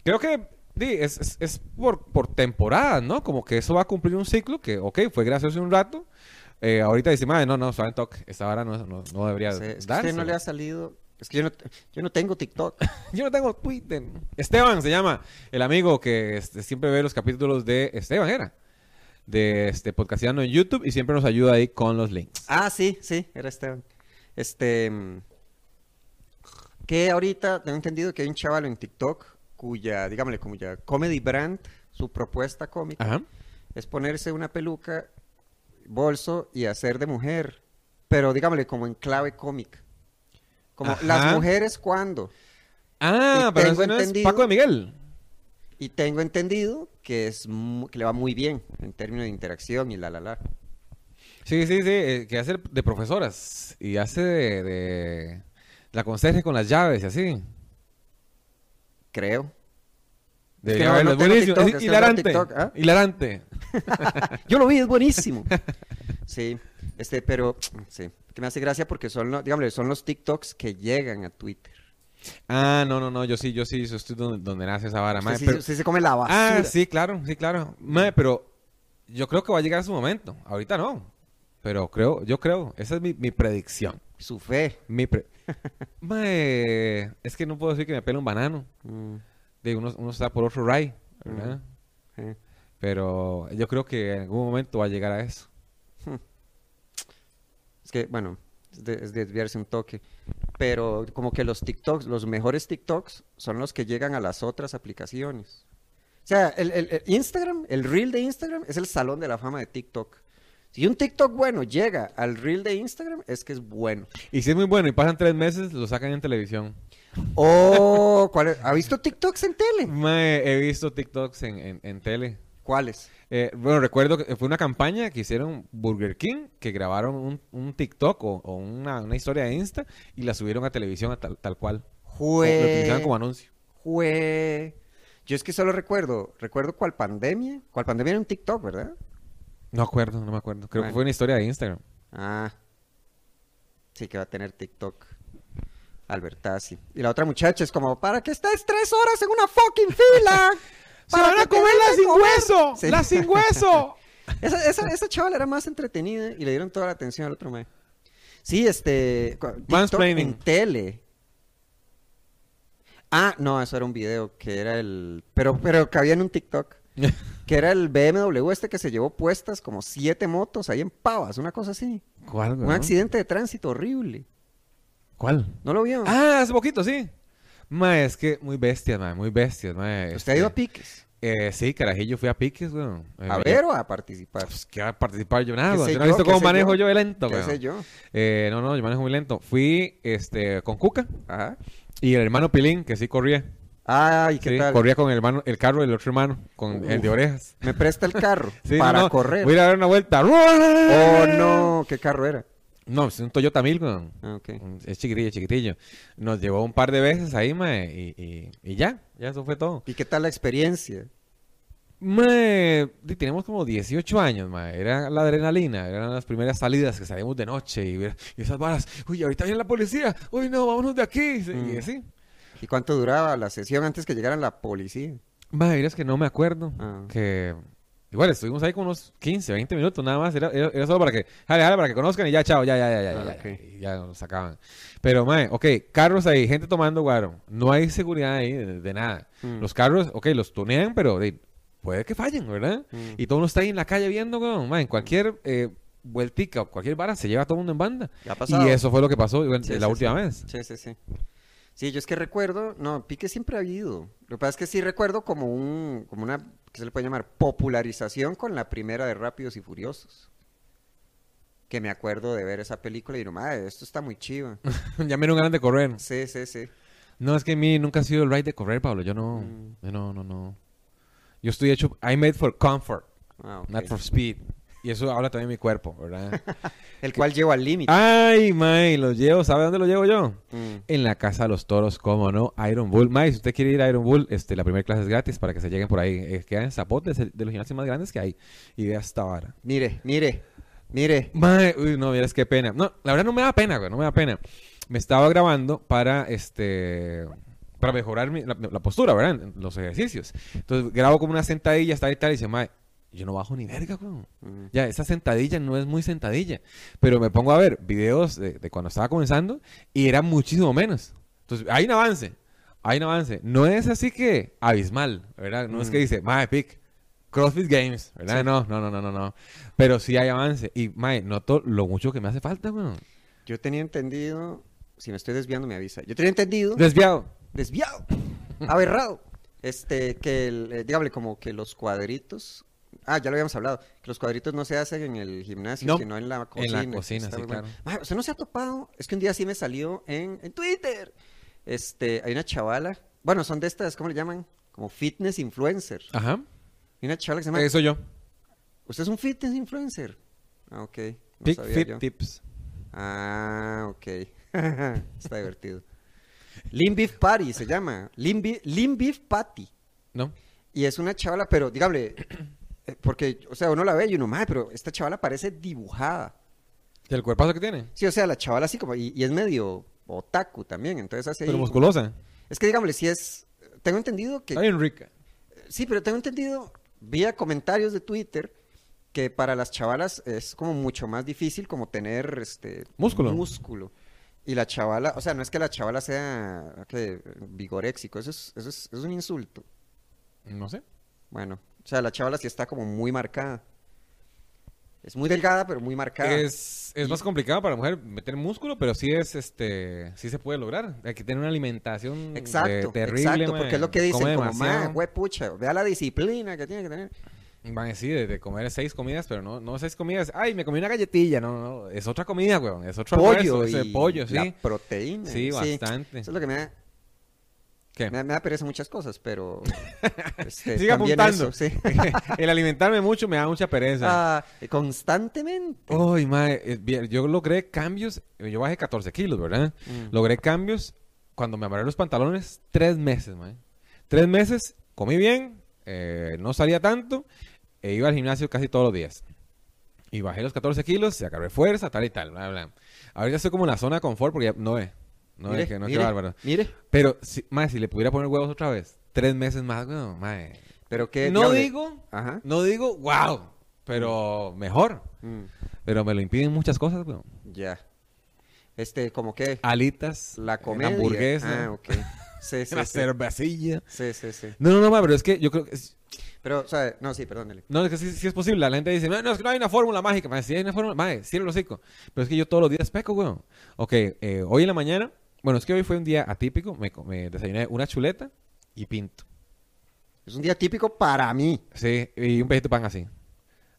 Speaker 1: creo que sí, es, es- es por, por temporada, ¿no? Como que eso va a cumplir un ciclo que, ok, fue gracioso un rato. eh, ahorita dice, madre, no, no, saben toque, esta vara no, no, no debería
Speaker 2: Sí, es que a
Speaker 1: darse".
Speaker 2: usted no le ha salido. Es que yo no, yo no
Speaker 1: [laughs]
Speaker 2: tengo TikTok.
Speaker 1: Yo no tengo Twitter. Esteban se llama, el amigo que este, siempre ve los capítulos de Esteban, era. De este podcastiano en YouTube y siempre nos ayuda ahí con los links.
Speaker 2: Ah, sí, sí, era Esteban. Este. mm, Que ahorita tengo entendido que hay un chaval en TikTok cuya, digámosle, cuya comedy brand, su propuesta cómica,
Speaker 1: Ajá.
Speaker 2: es ponerse una peluca, bolso y hacer de mujer. Pero digámosle, como en clave cómica. Como
Speaker 1: Ajá.
Speaker 2: las mujeres cuando.
Speaker 1: Ah,
Speaker 2: Y
Speaker 1: pero
Speaker 2: tengo
Speaker 1: ese no es
Speaker 2: entendido-
Speaker 1: Paco de Miguel.
Speaker 2: Y tengo entendido que es mu- que le va muy bien en términos de interacción y la la la.
Speaker 1: Sí, sí, sí, eh, que hace de profesoras y hace de, de la conserje con las llaves y así.
Speaker 2: Creo.
Speaker 1: De
Speaker 2: que no, no tengo
Speaker 1: buenísimo,
Speaker 2: TikTok,
Speaker 1: es
Speaker 2: es que no tengo
Speaker 1: hilarante.
Speaker 2: TikTok, ¿ah?
Speaker 1: Hilarante.
Speaker 2: Yo lo vi, es buenísimo. [laughs] Sí, este, pero sí, que me hace gracia porque son los, digamos, son los TikToks que llegan a Twitter.
Speaker 1: Ah, no, no, no, yo sí, yo sí, yo estoy donde, donde nace esa vara,
Speaker 2: Usted
Speaker 1: madre.
Speaker 2: sí-
Speaker 1: pero-
Speaker 2: usted se come la basura.
Speaker 1: Ah, sí, claro, sí, claro. Mae, pero yo creo que va a llegar su momento. Ahorita no. Pero creo, yo creo, esa es mi, mi predicción.
Speaker 2: Su fe.
Speaker 1: Mi pre- Mae, es que no puedo decir que me pela un banano.
Speaker 2: Mm,
Speaker 1: De uno, uno está por otro ray, ¿verdad?
Speaker 2: sí.
Speaker 1: Pero yo creo que en algún momento va a llegar a eso.
Speaker 2: Es que, bueno, es, de- es desviarse un toque. Pero como que los TikToks, los mejores TikToks son los que llegan a las otras aplicaciones. O sea, el, el- el Instagram, el reel de Instagram es el salón de la fama de TikTok. Si un TikTok bueno llega al reel de Instagram, es que es bueno.
Speaker 1: Y si es muy bueno y pasan tres meses, lo sacan en televisión.
Speaker 2: Oh, ¿cuál es? ¿ha visto TikToks en tele?
Speaker 1: Mae, he visto TikToks en, en- en tele.
Speaker 2: ¿Cuáles?
Speaker 1: Eh, bueno, recuerdo que fue una campaña que hicieron Burger King, que grabaron un, un TikTok o, o una, una historia de Insta y la subieron a televisión a tal, tal cual. O Oh, Lo utilizaban
Speaker 2: Jue.
Speaker 1: como anuncio.
Speaker 2: Jue. Yo es que solo recuerdo, recuerdo cuál pandemia. Cuál pandemia era un TikTok, ¿verdad?
Speaker 1: No acuerdo, no me acuerdo. Creo que
Speaker 2: Bueno.
Speaker 1: fue una historia de Instagram.
Speaker 2: Ah. Sí, que va a tener TikTok. Albertazzi. Y la otra muchacha es como, ¿para qué estés tres horas en una fucking fila? ¿Para qué te dejan comer?" Sí.
Speaker 1: hueso!
Speaker 2: Esa, esa, esa chavala era más entretenida y le dieron toda la atención al otro mae. Sí, este. cu- TikTok
Speaker 1: Mansplaining.
Speaker 2: En tele. Ah, no, eso era un video que era el. Pero, pero cabía en un TikTok. Que era el BMW este que se llevó puestas como siete motos ahí en Pavas, una cosa así.
Speaker 1: [laughs] ¿Cuál,
Speaker 2: Un
Speaker 1: weón?
Speaker 2: accidente de tránsito horrible.
Speaker 1: ¿Cuál?
Speaker 2: ¿No lo vio?
Speaker 1: Ah, hace poquito, sí. Mae, es que muy bestias, mae, muy bestias, mae.
Speaker 2: ¿Usted ha ido a Piques?
Speaker 1: Eh, sí, carajillo, fui a piques, weón. Eh,
Speaker 2: A
Speaker 1: yo-
Speaker 2: ver o a participar.
Speaker 1: Pues, ¿Qué va a participar yo? Nada,
Speaker 2: ¿Qué
Speaker 1: weón.
Speaker 2: sé
Speaker 1: Yo no he visto
Speaker 2: yo? ¿Qué
Speaker 1: cómo
Speaker 2: sé
Speaker 1: manejo
Speaker 2: yo?
Speaker 1: yo, de lento,
Speaker 2: ¿Qué
Speaker 1: weón.
Speaker 2: sé yo?
Speaker 1: Eh, no, no, yo manejo muy lento. Fui este, con Cuca
Speaker 2: Ajá.
Speaker 1: y el hermano Pilín, que sí corría.
Speaker 2: Ay, ¿qué
Speaker 1: Sí,
Speaker 2: tal?
Speaker 1: corría con el, hermano, el carro del otro hermano, con el de
Speaker 2: Uf.
Speaker 1: orejas.
Speaker 2: Me presta el carro
Speaker 1: [laughs] Sí,
Speaker 2: para
Speaker 1: no, no,
Speaker 2: correr.
Speaker 1: Voy a ir a dar una vuelta.
Speaker 2: Oh, no, ¿qué carro era?
Speaker 1: No, es un Toyota Mil, weón.
Speaker 2: Ah, ok.
Speaker 1: Es chiquitillo, chiquitillo. Nos llevó un par de veces ahí, mae, y, y, y ya, ya eso fue todo.
Speaker 2: ¿Y qué tal la experiencia?
Speaker 1: Mae, di- teníamos como 18 años, mae. Era la adrenalina, eran las primeras salidas que salíamos de noche y, ver- y esas balas. Uy, ahorita viene la policía. Uy, no, vámonos de aquí. Y- Y
Speaker 2: Mm.
Speaker 1: así.
Speaker 2: ¿Y cuánto duraba la sesión antes que llegara la policía?
Speaker 1: Mae, es que no me acuerdo.
Speaker 2: Ah.
Speaker 1: Que igual estuvimos ahí como unos 15, 20 minutos nada más. Era, era- era solo para que, jale, jale, para que conozcan y ya, chao, ya, ya, ya, ya.
Speaker 2: Ah,
Speaker 1: ya,
Speaker 2: ok.
Speaker 1: y ya nos sacaban. Pero, mae, ok, carros ahí, gente tomando guaro. No hay seguridad ahí de, de nada.
Speaker 2: Mm.
Speaker 1: Los carros, ok, los tunean, pero de- puede que fallen, ¿verdad?
Speaker 2: Mm.
Speaker 1: Y todo el mundo está ahí en la calle viendo, weón. mae, en cualquier eh, vueltica o cualquier vara se lleva a todo el mundo en banda.
Speaker 2: ¿Ya ha pasado?
Speaker 1: Y eso fue lo que pasó bueno,
Speaker 2: Sí,
Speaker 1: la
Speaker 2: sí,
Speaker 1: última vez. [laughs]
Speaker 2: Sí, sí, sí. Sí, yo es que recuerdo, no, pique siempre ha habido. Lo que pasa es que sí recuerdo como un, como una, ¿qué se le puede llamar? Popularización con la primera de Rápidos y Furiosos. Que
Speaker 1: [laughs]
Speaker 2: me acuerdo de ver esa película y digo, madre, esto está muy chiva.
Speaker 1: ya me dieron ganas de correr.
Speaker 2: Sí, sí, sí.
Speaker 1: No, es que a mí nunca ha sido el right de correr, Pablo. Yo no. yo No, no, no. Yo estoy hecho. I made for comfort,
Speaker 2: Ah, ok.
Speaker 1: not for speed. Y eso habla también mi cuerpo, ¿verdad?
Speaker 2: El cual llevo al límite.
Speaker 1: Ah. Ay, May, lo llevo. ¿Sabe dónde lo llevo yo?
Speaker 2: Mm.
Speaker 1: En la casa de los toros, cómo no, Iron Bull. May, si usted quiere ir a Iron Bull, este, la primera clase es gratis para que se lleguen por ahí. Eh, quedan en Zapote, es el- de los gimnasios más grandes que hay. Y de hasta ahora.
Speaker 2: Mire, mire, mire.
Speaker 1: [laughs] Mae, uy, no, vieras qué pena. No, la verdad no me da pena, güey, no me da pena. Me estaba grabando para este para mejorar mi- la, la postura, ¿verdad? En los ejercicios. Entonces grabo como una sentadilla, está y tal, y dice, mae, yo no bajo ni verga, güey.
Speaker 2: Mm.
Speaker 1: Ya, esa sentadilla no es muy sentadilla. Pero me pongo a ver videos de, de cuando estaba comenzando y era muchísimo menos. Entonces, hay un avance, hay un avance. No es así que abismal, ¿verdad? No es que
Speaker 2: Mm.
Speaker 1: dice, mae, pic, CrossFit Games, ¿verdad? No, no, no, no, no, no. Pero sí hay avance. Y, mae, noto lo mucho que me hace falta, weón.
Speaker 2: Yo tenía entendido, si me estoy desviando me avisa. Yo tenía entendido,
Speaker 1: Desviado.
Speaker 2: desviado, aberrado, este, que, el, eh, dígame, como que los cuadritos, ah, ya lo habíamos hablado, que los cuadritos no se hacen en el gimnasio,
Speaker 1: No,
Speaker 2: sino en la
Speaker 1: en
Speaker 2: cocina.
Speaker 1: la cocina,
Speaker 2: Está
Speaker 1: sí,
Speaker 2: muy bueno.
Speaker 1: claro.
Speaker 2: Mae, ¿usted no se ha topado? Es que un día sí me salió en, en Twitter, este, hay una chavala, bueno, son de estas, ¿cómo le llaman? Como fitness influencer.
Speaker 1: Ajá.
Speaker 2: Hay una chavala que se llama...
Speaker 1: Eso yo.
Speaker 2: ¿Usted es un fitness influencer? Ah, ok. No
Speaker 1: Pic
Speaker 2: sabía
Speaker 1: Fit
Speaker 2: yo.
Speaker 1: Tips.
Speaker 2: Ah, ok. [laughs] Está divertido. Lean Beef Patty se llama. Lean, Be- Lean Beef Patty.
Speaker 1: ¿No?
Speaker 2: Y es una chavala, pero dígame, eh, porque, o sea, uno la ve y uno, madre, pero esta chavala parece dibujada.
Speaker 1: ¿Y el cuerpazo que tiene?
Speaker 2: Sí, o sea, la chavala así como, y, y es medio otaku también, entonces hace... ahí-
Speaker 1: Pero musculosa.
Speaker 2: Es que dígame, si es... Tengo entendido que...
Speaker 1: Está bien rica.
Speaker 2: Sí, pero tengo entendido, vía comentarios de Twitter, que para las chavalas es como mucho más difícil como tener este
Speaker 1: Músculo.
Speaker 2: músculo. Y la chavala, o sea, no es que la chavala sea que, vigoréxico, eso es, eso es, es un insulto.
Speaker 1: No sé.
Speaker 2: Bueno, o sea, la chavala sí está como muy marcada. Es muy delgada, pero muy marcada.
Speaker 1: Es, es más complicado para la mujer meter músculo, pero sí es, este, sí se puede lograr. Hay que tener una alimentación mm, de-
Speaker 2: Exacto,
Speaker 1: terrible,
Speaker 2: exacto,
Speaker 1: mae.
Speaker 2: porque es lo que dicen,
Speaker 1: Come
Speaker 2: como,
Speaker 1: demasiado.
Speaker 2: "Ma, güey, pucha, vea la disciplina que tiene que tener.
Speaker 1: Van a decir de, de comer seis comidas, pero no, no seis comidas. Ay, me comí una galletilla. No, no, es otra comida, weón. Es otro
Speaker 2: pollo
Speaker 1: almuerzo, es
Speaker 2: y
Speaker 1: el pollo, sí.
Speaker 2: la proteína.
Speaker 1: Sí, bastante.
Speaker 2: Eso es lo que me da
Speaker 1: ¿Qué?
Speaker 2: Me, me da pereza muchas
Speaker 1: [laughs]
Speaker 2: cosas, pero. este,
Speaker 1: Sigue
Speaker 2: también
Speaker 1: apuntando. [laughs]
Speaker 2: eso, sí.
Speaker 1: el alimentarme mucho me da mucha pereza.
Speaker 2: Ah, constantemente.
Speaker 1: Ay, mae, eh, bien, yo logré cambios, eh, yo bajé 14 kilos, ¿verdad?
Speaker 2: Mm.
Speaker 1: Logré cambios cuando me amarré los pantalones tres meses, mae. Tres meses, comí bien, eh, no salía tanto, e iba al gimnasio casi todos los días. Y bajé los 14 kilos, se agarré fuerza, tal y tal, bla, bla. Ahorita estoy como en la zona de confort porque ya no ve, no ve,
Speaker 2: Mire,
Speaker 1: que no, qué
Speaker 2: mire,
Speaker 1: bárbaro.
Speaker 2: Mire,
Speaker 1: Pero, si, mae, si le pudiera poner huevos otra vez, tres meses más, weón, mae.
Speaker 2: pero que.
Speaker 1: No digo,
Speaker 2: Ajá.
Speaker 1: no digo, wow, pero mejor.
Speaker 2: Mm,
Speaker 1: Pero me lo impiden muchas cosas, weón.
Speaker 2: ya. Este, como que.
Speaker 1: alitas,
Speaker 2: La
Speaker 1: eh,
Speaker 2: comedia.
Speaker 1: hamburguesa,
Speaker 2: Ah, ok. Sí,
Speaker 1: [laughs]
Speaker 2: sí,
Speaker 1: una
Speaker 2: sí.
Speaker 1: cervecilla.
Speaker 2: Sí, sí, sí.
Speaker 1: No, no, no, ma, pero es que yo creo que es-
Speaker 2: Pero, o sea, no, sí, perdónele.
Speaker 1: no es que sí, sí es posible. La gente dice, no, no, es que no hay una fórmula mágica. Si hay una fórmula, madre, cierra el hocico. Pero es que yo todos los días peco, weón. Ok, eh, hoy en la mañana, bueno, es que hoy fue un día atípico. Me, co- me desayuné una chuleta y pinto.
Speaker 2: Es un día típico para mí.
Speaker 1: Sí, y un pedacito de pan así.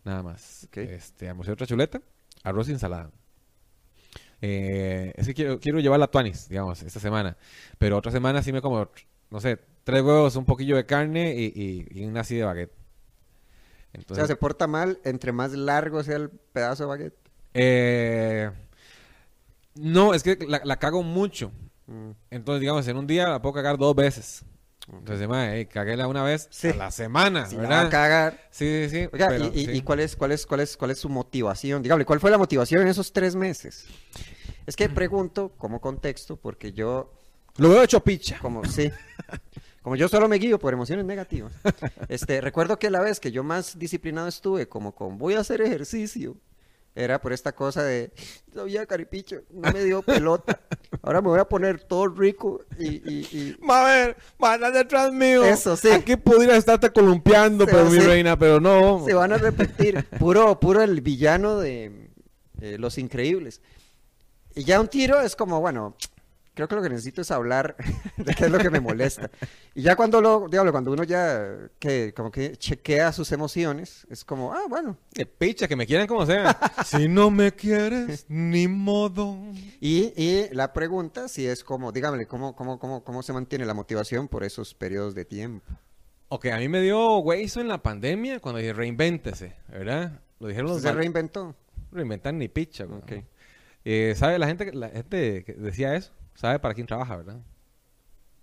Speaker 1: Nada más.
Speaker 2: Ok.
Speaker 1: Este, almorcé otra chuleta, arroz y ensalada. Eh, es que quiero, quiero llevar la tuanis, digamos, esta semana. Pero otra semana sí me como, no sé, tres huevos, un poquillo de carne y, y, y una así de baguette.
Speaker 2: O
Speaker 1: Entonces,
Speaker 2: sea, se porta mal entre más largo sea el pedazo de baguette.
Speaker 1: eh, no, es que la, la cago mucho.
Speaker 2: Mm.
Speaker 1: Entonces, digamos, en un día la puedo cagar dos veces. Entonces, madre, caguéla una vez
Speaker 2: Sí.
Speaker 1: a la semana,
Speaker 2: Si la va a
Speaker 1: Ah, ¿verdad?
Speaker 2: cagar.
Speaker 1: Sí, sí, sí.
Speaker 2: Oiga,
Speaker 1: pero
Speaker 2: y, y-
Speaker 1: sí.
Speaker 2: y cuál es, cuál es, cuál es, cuál es su motivación? Dígame, ¿cuál fue la motivación en esos tres meses?
Speaker 1: [clears throat]
Speaker 2: Es que pregunto como contexto, porque yo,
Speaker 1: Lo veo hecho picha.
Speaker 2: como sí, como yo solo me guío por emociones negativas. Este, recuerdo que la vez que yo más disciplinado estuve, como con voy a hacer ejercicio, era por esta cosa de sabía caripicho, no me dio pelota. Ahora me voy a poner todo rico y, y- y-
Speaker 1: Va a ver, va a andar detrás mío.
Speaker 2: Eso, sí.
Speaker 1: Aquí pudiera estarte columpiando,
Speaker 2: Se
Speaker 1: pero
Speaker 2: va,
Speaker 1: mi
Speaker 2: sí.
Speaker 1: reina, pero no.
Speaker 2: se van a repetir. Puro, puro el villano de eh, Los Increíbles. Y ya un tiro es como, bueno, creo que lo que necesito es hablar [laughs] de qué es lo que me molesta. Y ya cuando lo, diablo, cuando uno ya que como que chequea sus emociones, es como, ah, bueno.
Speaker 1: De picha, que me quieran como sea. [laughs] si no me quieres, ni modo.
Speaker 2: Y, y la pregunta si es como, dígame, ¿cómo, cómo, cómo, ¿cómo se mantiene la motivación por esos periodos de tiempo?
Speaker 1: Ok, a mí me dio güey eso en la pandemia cuando dije reinvéntese, ¿verdad? Lo dijeron los
Speaker 2: ¿Se
Speaker 1: mal-
Speaker 2: reinventó?
Speaker 1: reinventan ni picha, güey.
Speaker 2: Ok.
Speaker 1: Eh, ¿Sabe la gente, que- la gente que decía eso? ¿Sabe para quién trabaja, verdad?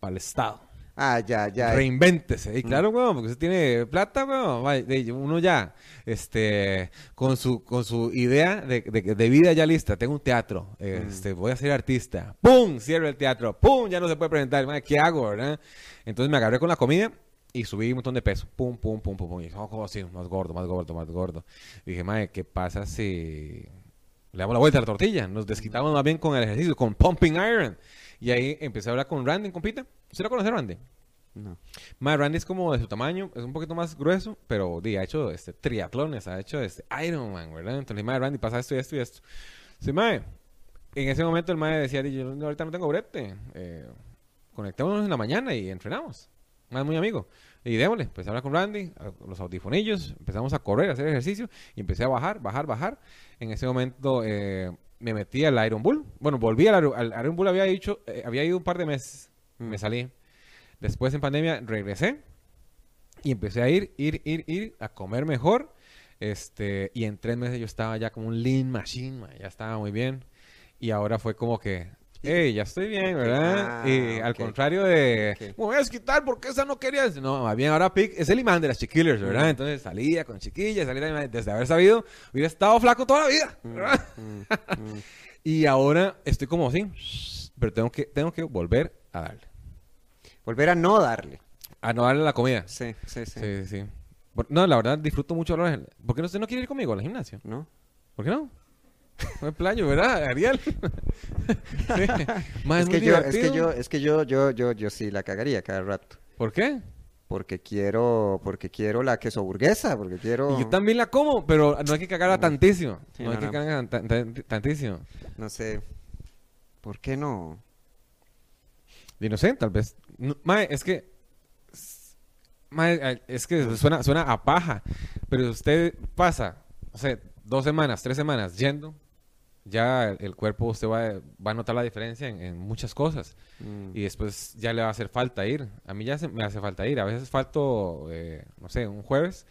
Speaker 1: Para el Estado.
Speaker 2: Ah, ya, ya.
Speaker 1: Reinvéntese. Y claro, weón, porque usted tiene plata, weón. va, de- Uno ya, este, con su, con su idea de, de- de vida ya lista. Tengo un teatro, este, voy a ser artista. ¡Pum! Cierro el teatro. ¡Pum! Ya no se puede presentar. Madre, ¿Qué hago, verdad? Entonces me agarré con la comida y subí un montón de peso. ¡Pum, pum, pum, pum, pum! Y oh, oh, sí, más gordo, más gordo, más gordo. Y dije, madre, ¿qué pasa si le damos la vuelta a la tortilla? Nos desquitamos más bien con el ejercicio, con Pumping Iron. Y ahí empecé a hablar con Randy, compita. ¿Se lo conoce Randy?
Speaker 2: No.
Speaker 1: Mae, Randy es como de su tamaño, es un poquito más grueso, pero di, ha hecho este, triatlones, ha hecho este, Ironman, ¿verdad? Entonces, mae, Randy, pasa esto y esto y esto. Sí, mae, en ese momento el mae decía, di, yo no- ahorita no tengo brete, eh, conectémonos en la mañana y entrenamos. Mae, muy amigo. Y démosle, empecé a hablar con Randy, a- los audifonillos, empezamos a correr, a hacer ejercicio, y empecé a bajar, bajar, bajar. En ese momento eh, me metí al Iron Bull. Bueno, volví al, Iron- al Iron Bull, había, dicho, eh, había ido un par de meses, me salí. Después en pandemia regresé y empecé a ir, ir, ir, ir, a comer mejor. Este, y en tres meses yo estaba ya como un lean machine, ma, ya estaba muy bien. Y ahora fue como que, hey, ya estoy bien, ¿verdad?
Speaker 2: Ah,
Speaker 1: y al
Speaker 2: ok.
Speaker 1: contrario de,
Speaker 2: Ok.
Speaker 1: me voy a desquitar porque esa no quería. No, más bien ahora Pic es el imán de las chiquillers, ¿verdad? Entonces salía con chiquillas, salía con- desde haber sabido, hubiera estado flaco toda la vida,
Speaker 2: Mm,
Speaker 1: ¿verdad? Y ahora estoy como así, pero tengo que, tengo que volver a darle.
Speaker 2: Volver a no darle.
Speaker 1: A no darle la comida.
Speaker 2: Sí, sí, sí.
Speaker 1: Sí, sí. Por- No, la verdad disfruto mucho hablar. ¿Por qué no- usted no quiere ir conmigo al gimnasio?
Speaker 2: ¿No?
Speaker 1: ¿Por qué no? [laughs] No es playo, ¿verdad, Ariel? [laughs] Sí. Ma,
Speaker 2: Es
Speaker 1: muy
Speaker 2: que, yo, es que
Speaker 1: divertido.
Speaker 2: yo, es que yo, yo, yo, yo sí la cagaría cada rato.
Speaker 1: ¿Por qué?
Speaker 2: Porque quiero, porque quiero la queso burguesa, porque quiero.
Speaker 1: Y yo también la como, pero no hay que cagarla tantísimo.
Speaker 2: Mm. Sí,
Speaker 1: no,
Speaker 2: no,
Speaker 1: hay que
Speaker 2: no.
Speaker 1: cagarla tan- tan- tantísimo.
Speaker 2: No sé. ¿Por qué no?
Speaker 1: Y no sé, tal vez. no- mae, es que. mae, ay, es que suena, suena a paja. Pero usted pasa, no sé, dos semanas, tres semanas yendo. Ya el- el cuerpo, usted va, va a notar la diferencia en, en muchas cosas.
Speaker 2: Mm.
Speaker 1: Y después ya le va a hacer falta ir. A mí ya se- me hace falta ir. A veces falto, eh, no sé, un jueves.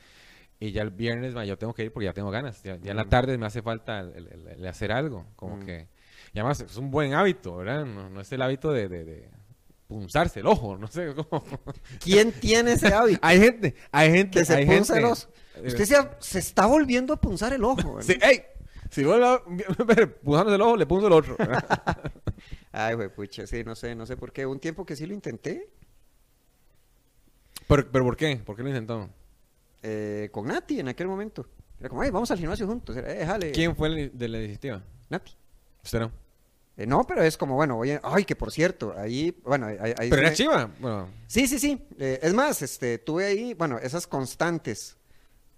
Speaker 1: Y ya el viernes ma, yo tengo que ir porque ya tengo ganas. Ya, ya en la
Speaker 2: Mm.
Speaker 1: tarde me hace falta el, el- el- el hacer algo. Como
Speaker 2: Mm.
Speaker 1: que... Y además es un buen hábito, ¿verdad? No, no es el hábito de, de- de punzarse el ojo. No sé [laughs] cómo...
Speaker 2: ¿Quién tiene ese hábito?
Speaker 1: [laughs] hay gente, hay gente,
Speaker 2: que se
Speaker 1: hay
Speaker 2: punza
Speaker 1: gente-
Speaker 2: el ojo. Usted se, ha- se está volviendo a punzar el ojo.
Speaker 1: Sí,
Speaker 2: ¿verdad?
Speaker 1: ¡ey! Si vuelve [laughs] a punzándose el ojo, le punzo el [laughs] otro.
Speaker 2: Ay, güey, pucha, sí, no sé, no sé por qué. Un tiempo que sí lo intenté
Speaker 1: ¿Pero, ¿Pero por qué? ¿Por qué lo intentó?
Speaker 2: eh, con Nati en aquel momento. Era como, ay, vamos al gimnasio juntos. Era, eh, jale.
Speaker 1: ¿Quién fue el de la iniciativa?
Speaker 2: Nati.
Speaker 1: Usted no.
Speaker 2: Eh, no, pero es como, bueno, oye, ay, que por cierto, ahí, bueno, ahí. ahí
Speaker 1: Pero
Speaker 2: se
Speaker 1: era
Speaker 2: me-
Speaker 1: chiva. Bueno,
Speaker 2: Sí, sí, sí. Eh, es más, este, tuve ahí, bueno, esas constantes,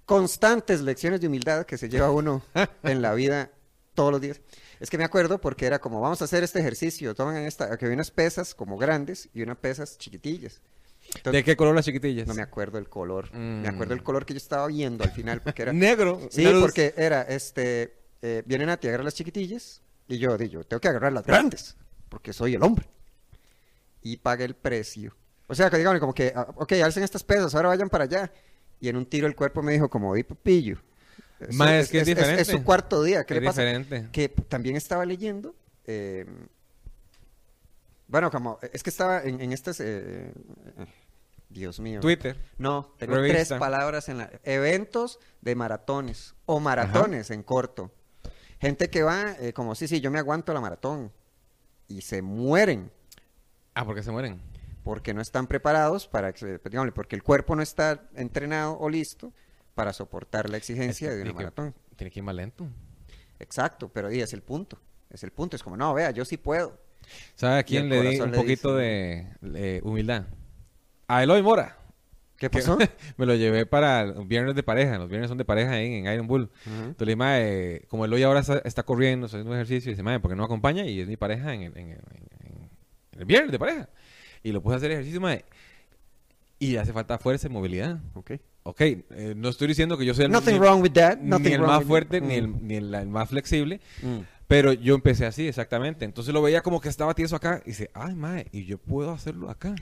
Speaker 2: constantes lecciones de humildad que se
Speaker 1: [laughs]
Speaker 2: lleva uno en la vida todos los días. Es que me acuerdo porque era como, vamos a hacer este ejercicio, toman esta, que había unas pesas como grandes y unas pesas chiquitillas. Entonces,
Speaker 1: ¿De qué color las chiquitillas?
Speaker 2: No me acuerdo el color. Me
Speaker 1: Mm.
Speaker 2: acuerdo el color que yo estaba viendo al final porque
Speaker 1: [laughs]
Speaker 2: era... [laughs]
Speaker 1: Negro.
Speaker 2: Sí,
Speaker 1: una luz.
Speaker 2: porque era, este, eh, vienen a ti a agarrar las chiquitillas y yo digo, tengo que agarrar las grandes porque soy el hombre. Y paga el precio. O sea, que digan como que, ah, ok, alcen estas pesas, ahora vayan para allá. Y en un tiro el cuerpo me dijo como, di papillo. Eso
Speaker 1: Ma, es que es diferente.
Speaker 2: Es, su cuarto día, ¿qué
Speaker 1: Es
Speaker 2: le pasa?
Speaker 1: diferente.
Speaker 2: Que también estaba leyendo. eh, bueno, como, es que estaba en, en estas... eh, eh, Dios mío.
Speaker 1: Twitter.
Speaker 2: No, tengo
Speaker 1: Revista.
Speaker 2: tres palabras en la... Eventos de maratones o maratones en corto. Gente que va eh, como, sí, sí, yo me aguanto la maratón. Y se mueren
Speaker 1: Ah, porque se mueren.
Speaker 2: porque no están preparados para... que- pues, Digamos, porque el cuerpo no está entrenado o listo para soportar la exigencia de
Speaker 1: Este, Y
Speaker 2: una
Speaker 1: que
Speaker 2: maratón.
Speaker 1: Tiene que ir más lento.
Speaker 2: Exacto, pero ahí es el punto. Es el punto. Es como, no, vea, yo sí puedo.
Speaker 1: ¿Sabe a quién
Speaker 2: el
Speaker 1: le di
Speaker 2: corazón
Speaker 1: un
Speaker 2: le
Speaker 1: poquito de eh, humildad? A Eloy Mora.
Speaker 2: ¿Qué
Speaker 1: [laughs] que
Speaker 2: pasó?
Speaker 1: me lo llevé para el viernes de pareja. Los viernes son de pareja ahí en Iron Bull.
Speaker 2: Ujú.
Speaker 1: Entonces, mae, como Eloy ahora está, está corriendo, está haciendo ejercicio, y dice, mae, ¿por qué no me acompaña? Y es mi pareja en, el- en el- en- en- el viernes de pareja. Y lo puse a hacer ejercicio, mae. Y hace falta fuerza y movilidad.
Speaker 2: Ok.
Speaker 1: Ok, eh, no estoy diciendo que yo sea el,
Speaker 2: Nothing
Speaker 1: ni-
Speaker 2: wrong with that.
Speaker 1: ni
Speaker 2: nothing
Speaker 1: el
Speaker 2: wrong
Speaker 1: más
Speaker 2: with-
Speaker 1: fuerte,
Speaker 2: Mm,
Speaker 1: ni, el, ni el- el más flexible,
Speaker 2: mm.
Speaker 1: pero yo empecé así, exactamente. Entonces lo veía como que estaba tieso acá y dice, ay, mae, y yo puedo hacerlo
Speaker 2: [laughs]
Speaker 1: acá.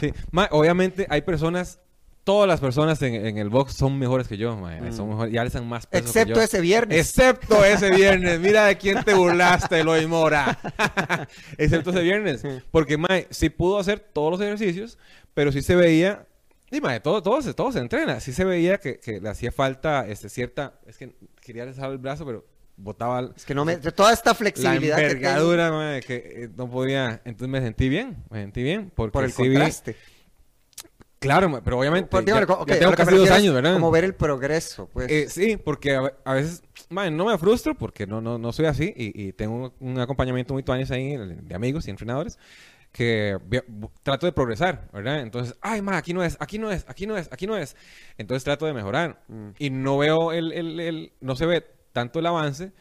Speaker 1: Sí, mae, obviamente hay personas, todas las personas en, en el box son mejores que yo, mae,
Speaker 2: Mm.
Speaker 1: son mejores, ya alzan más peso que
Speaker 2: Excepto
Speaker 1: yo.
Speaker 2: ese viernes.
Speaker 1: Excepto ese viernes. Mira de quién te burlaste, Eloy Mora. [laughs] Excepto ese viernes. Porque, mae, sí pudo hacer todos los ejercicios, pero sí se veía... Y, mae, todo, todo, se, todo se entrena. Sí se veía que, que le hacía falta este, cierta... Es que quería alzar el brazo, pero botaba el-
Speaker 2: Es que no me. de Toda esta
Speaker 1: la
Speaker 2: flexibilidad. que tengo
Speaker 1: envergadura, mae, que eh, no podía... Entonces me sentí bien, me sentí bien. Porque
Speaker 2: por el
Speaker 1: sí vi-
Speaker 2: contraste.
Speaker 1: Claro, mae, pero obviamente...
Speaker 2: Por-
Speaker 1: ya-
Speaker 2: dígame,
Speaker 1: ya
Speaker 2: ok,
Speaker 1: tengo
Speaker 2: lo que
Speaker 1: casi dos
Speaker 2: prefiero es
Speaker 1: años, ¿verdad?
Speaker 2: Como ver el progreso, pues.
Speaker 1: Eh, sí, porque a, a veces, man, no me frustro porque no, no, no soy así y, y tengo un, un acompañamiento muy tuanis ahí de amigos y entrenadores que ve- bu- trato de progresar, ¿verdad? Entonces, ay, ma, aquí no es, aquí no es, aquí no es, aquí no es. Entonces trato de mejorar
Speaker 2: Mm.
Speaker 1: y no veo el, el- el- no se ve tanto el avance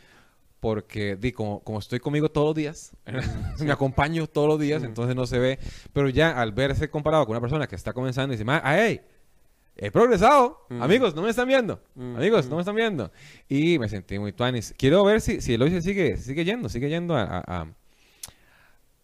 Speaker 1: porque di, como, como estoy conmigo todos los días, [laughs] me acompaño todos los días, entonces no se ve. Pero ya al verse comparado con una persona que está comenzando y dice, ma, ay, he progresado.
Speaker 2: Mm.
Speaker 1: Amigos, no me están viendo.
Speaker 2: Mm,
Speaker 1: Amigos, no me están viendo. Y me sentí muy tuanis. Quiero ver si, si Eloy se sigue, sigue yendo, sigue yendo a... a, a-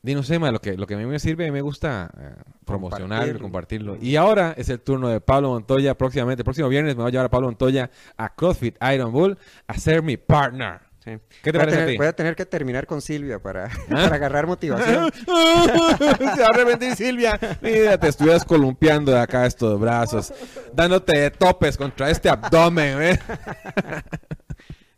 Speaker 1: Di, no sé, ma, lo que, lo que a mí me sirve, me gusta eh, promocionarlo,
Speaker 2: Compartirlo.
Speaker 1: compartirlo. Y ahora es el turno de Pablo Montoya. Próximamente, el próximo viernes me va a llevar a Pablo Montoya a CrossFit Iron Bull a ser mi partner.
Speaker 2: Sí.
Speaker 1: ¿Qué te
Speaker 2: voy, a
Speaker 1: parece a
Speaker 2: tener,
Speaker 1: ti?
Speaker 2: voy a tener que terminar con Silvia
Speaker 1: [laughs]
Speaker 2: para, [laughs] para agarrar motivación.
Speaker 1: Se va a arrepentir Silvia. Mira, te estuvieras columpiando de acá estos brazos, dándote de topes contra este abdomen. ¿eh?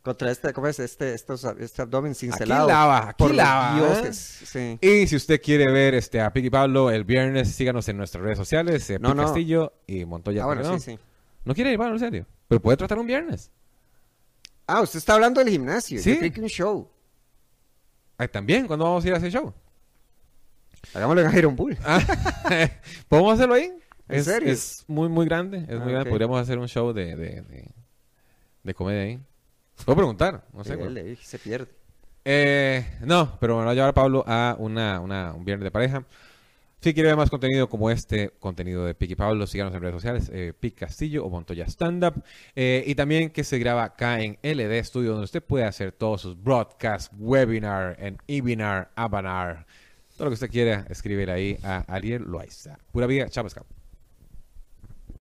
Speaker 2: Contra este, ¿cómo es? Este, estos, este abdomen
Speaker 1: Aquí
Speaker 2: cincelado.
Speaker 1: lava, aquí
Speaker 2: por los
Speaker 1: lava. ¿eh?
Speaker 2: dioses, sí.
Speaker 1: Y si usted quiere ver este, a Piqui Pablo el viernes, síganos en nuestras redes sociales, eh,
Speaker 2: No,
Speaker 1: Piqui
Speaker 2: no.
Speaker 1: Castillo y Montoya.
Speaker 2: Ah, bueno,
Speaker 1: ¿no?
Speaker 2: sí, sí.
Speaker 1: No quiere ir, Pablo, en serio. Pero puede tratar un viernes.
Speaker 2: Ah, usted está hablando del gimnasio.
Speaker 1: Sí.
Speaker 2: Yo creí que un show.
Speaker 1: Ay, También, ¿cuándo vamos a ir a ese show?
Speaker 2: Hagámoslo en Iron Bull.
Speaker 1: Ah, [laughs] ¿Podemos hacerlo ahí?
Speaker 2: ¿En
Speaker 1: es,
Speaker 2: serio?
Speaker 1: Es muy, muy grande. Es
Speaker 2: Ah,
Speaker 1: muy grande.
Speaker 2: ok.
Speaker 1: Podríamos hacer un show de, de, de, de comedia ahí. Puedo preguntar, no sé.
Speaker 2: Eh,
Speaker 1: güey.
Speaker 2: le- se pierde.
Speaker 1: Eh, no, pero me lo va a llevar Pablo a una, una, un viernes de pareja. Si quiere ver más contenido como este, contenido de Piqui Pablo, síganos en redes sociales, eh, Pic Castillo o Montoya Stand Up. Eh, y también que se graba acá en LD Studio, donde usted puede hacer todos sus broadcasts, webinar, en webinar, abanar. Todo lo que usted quiera, escribir ahí a Ariel Loaiza. Pura vida, chao, pescado.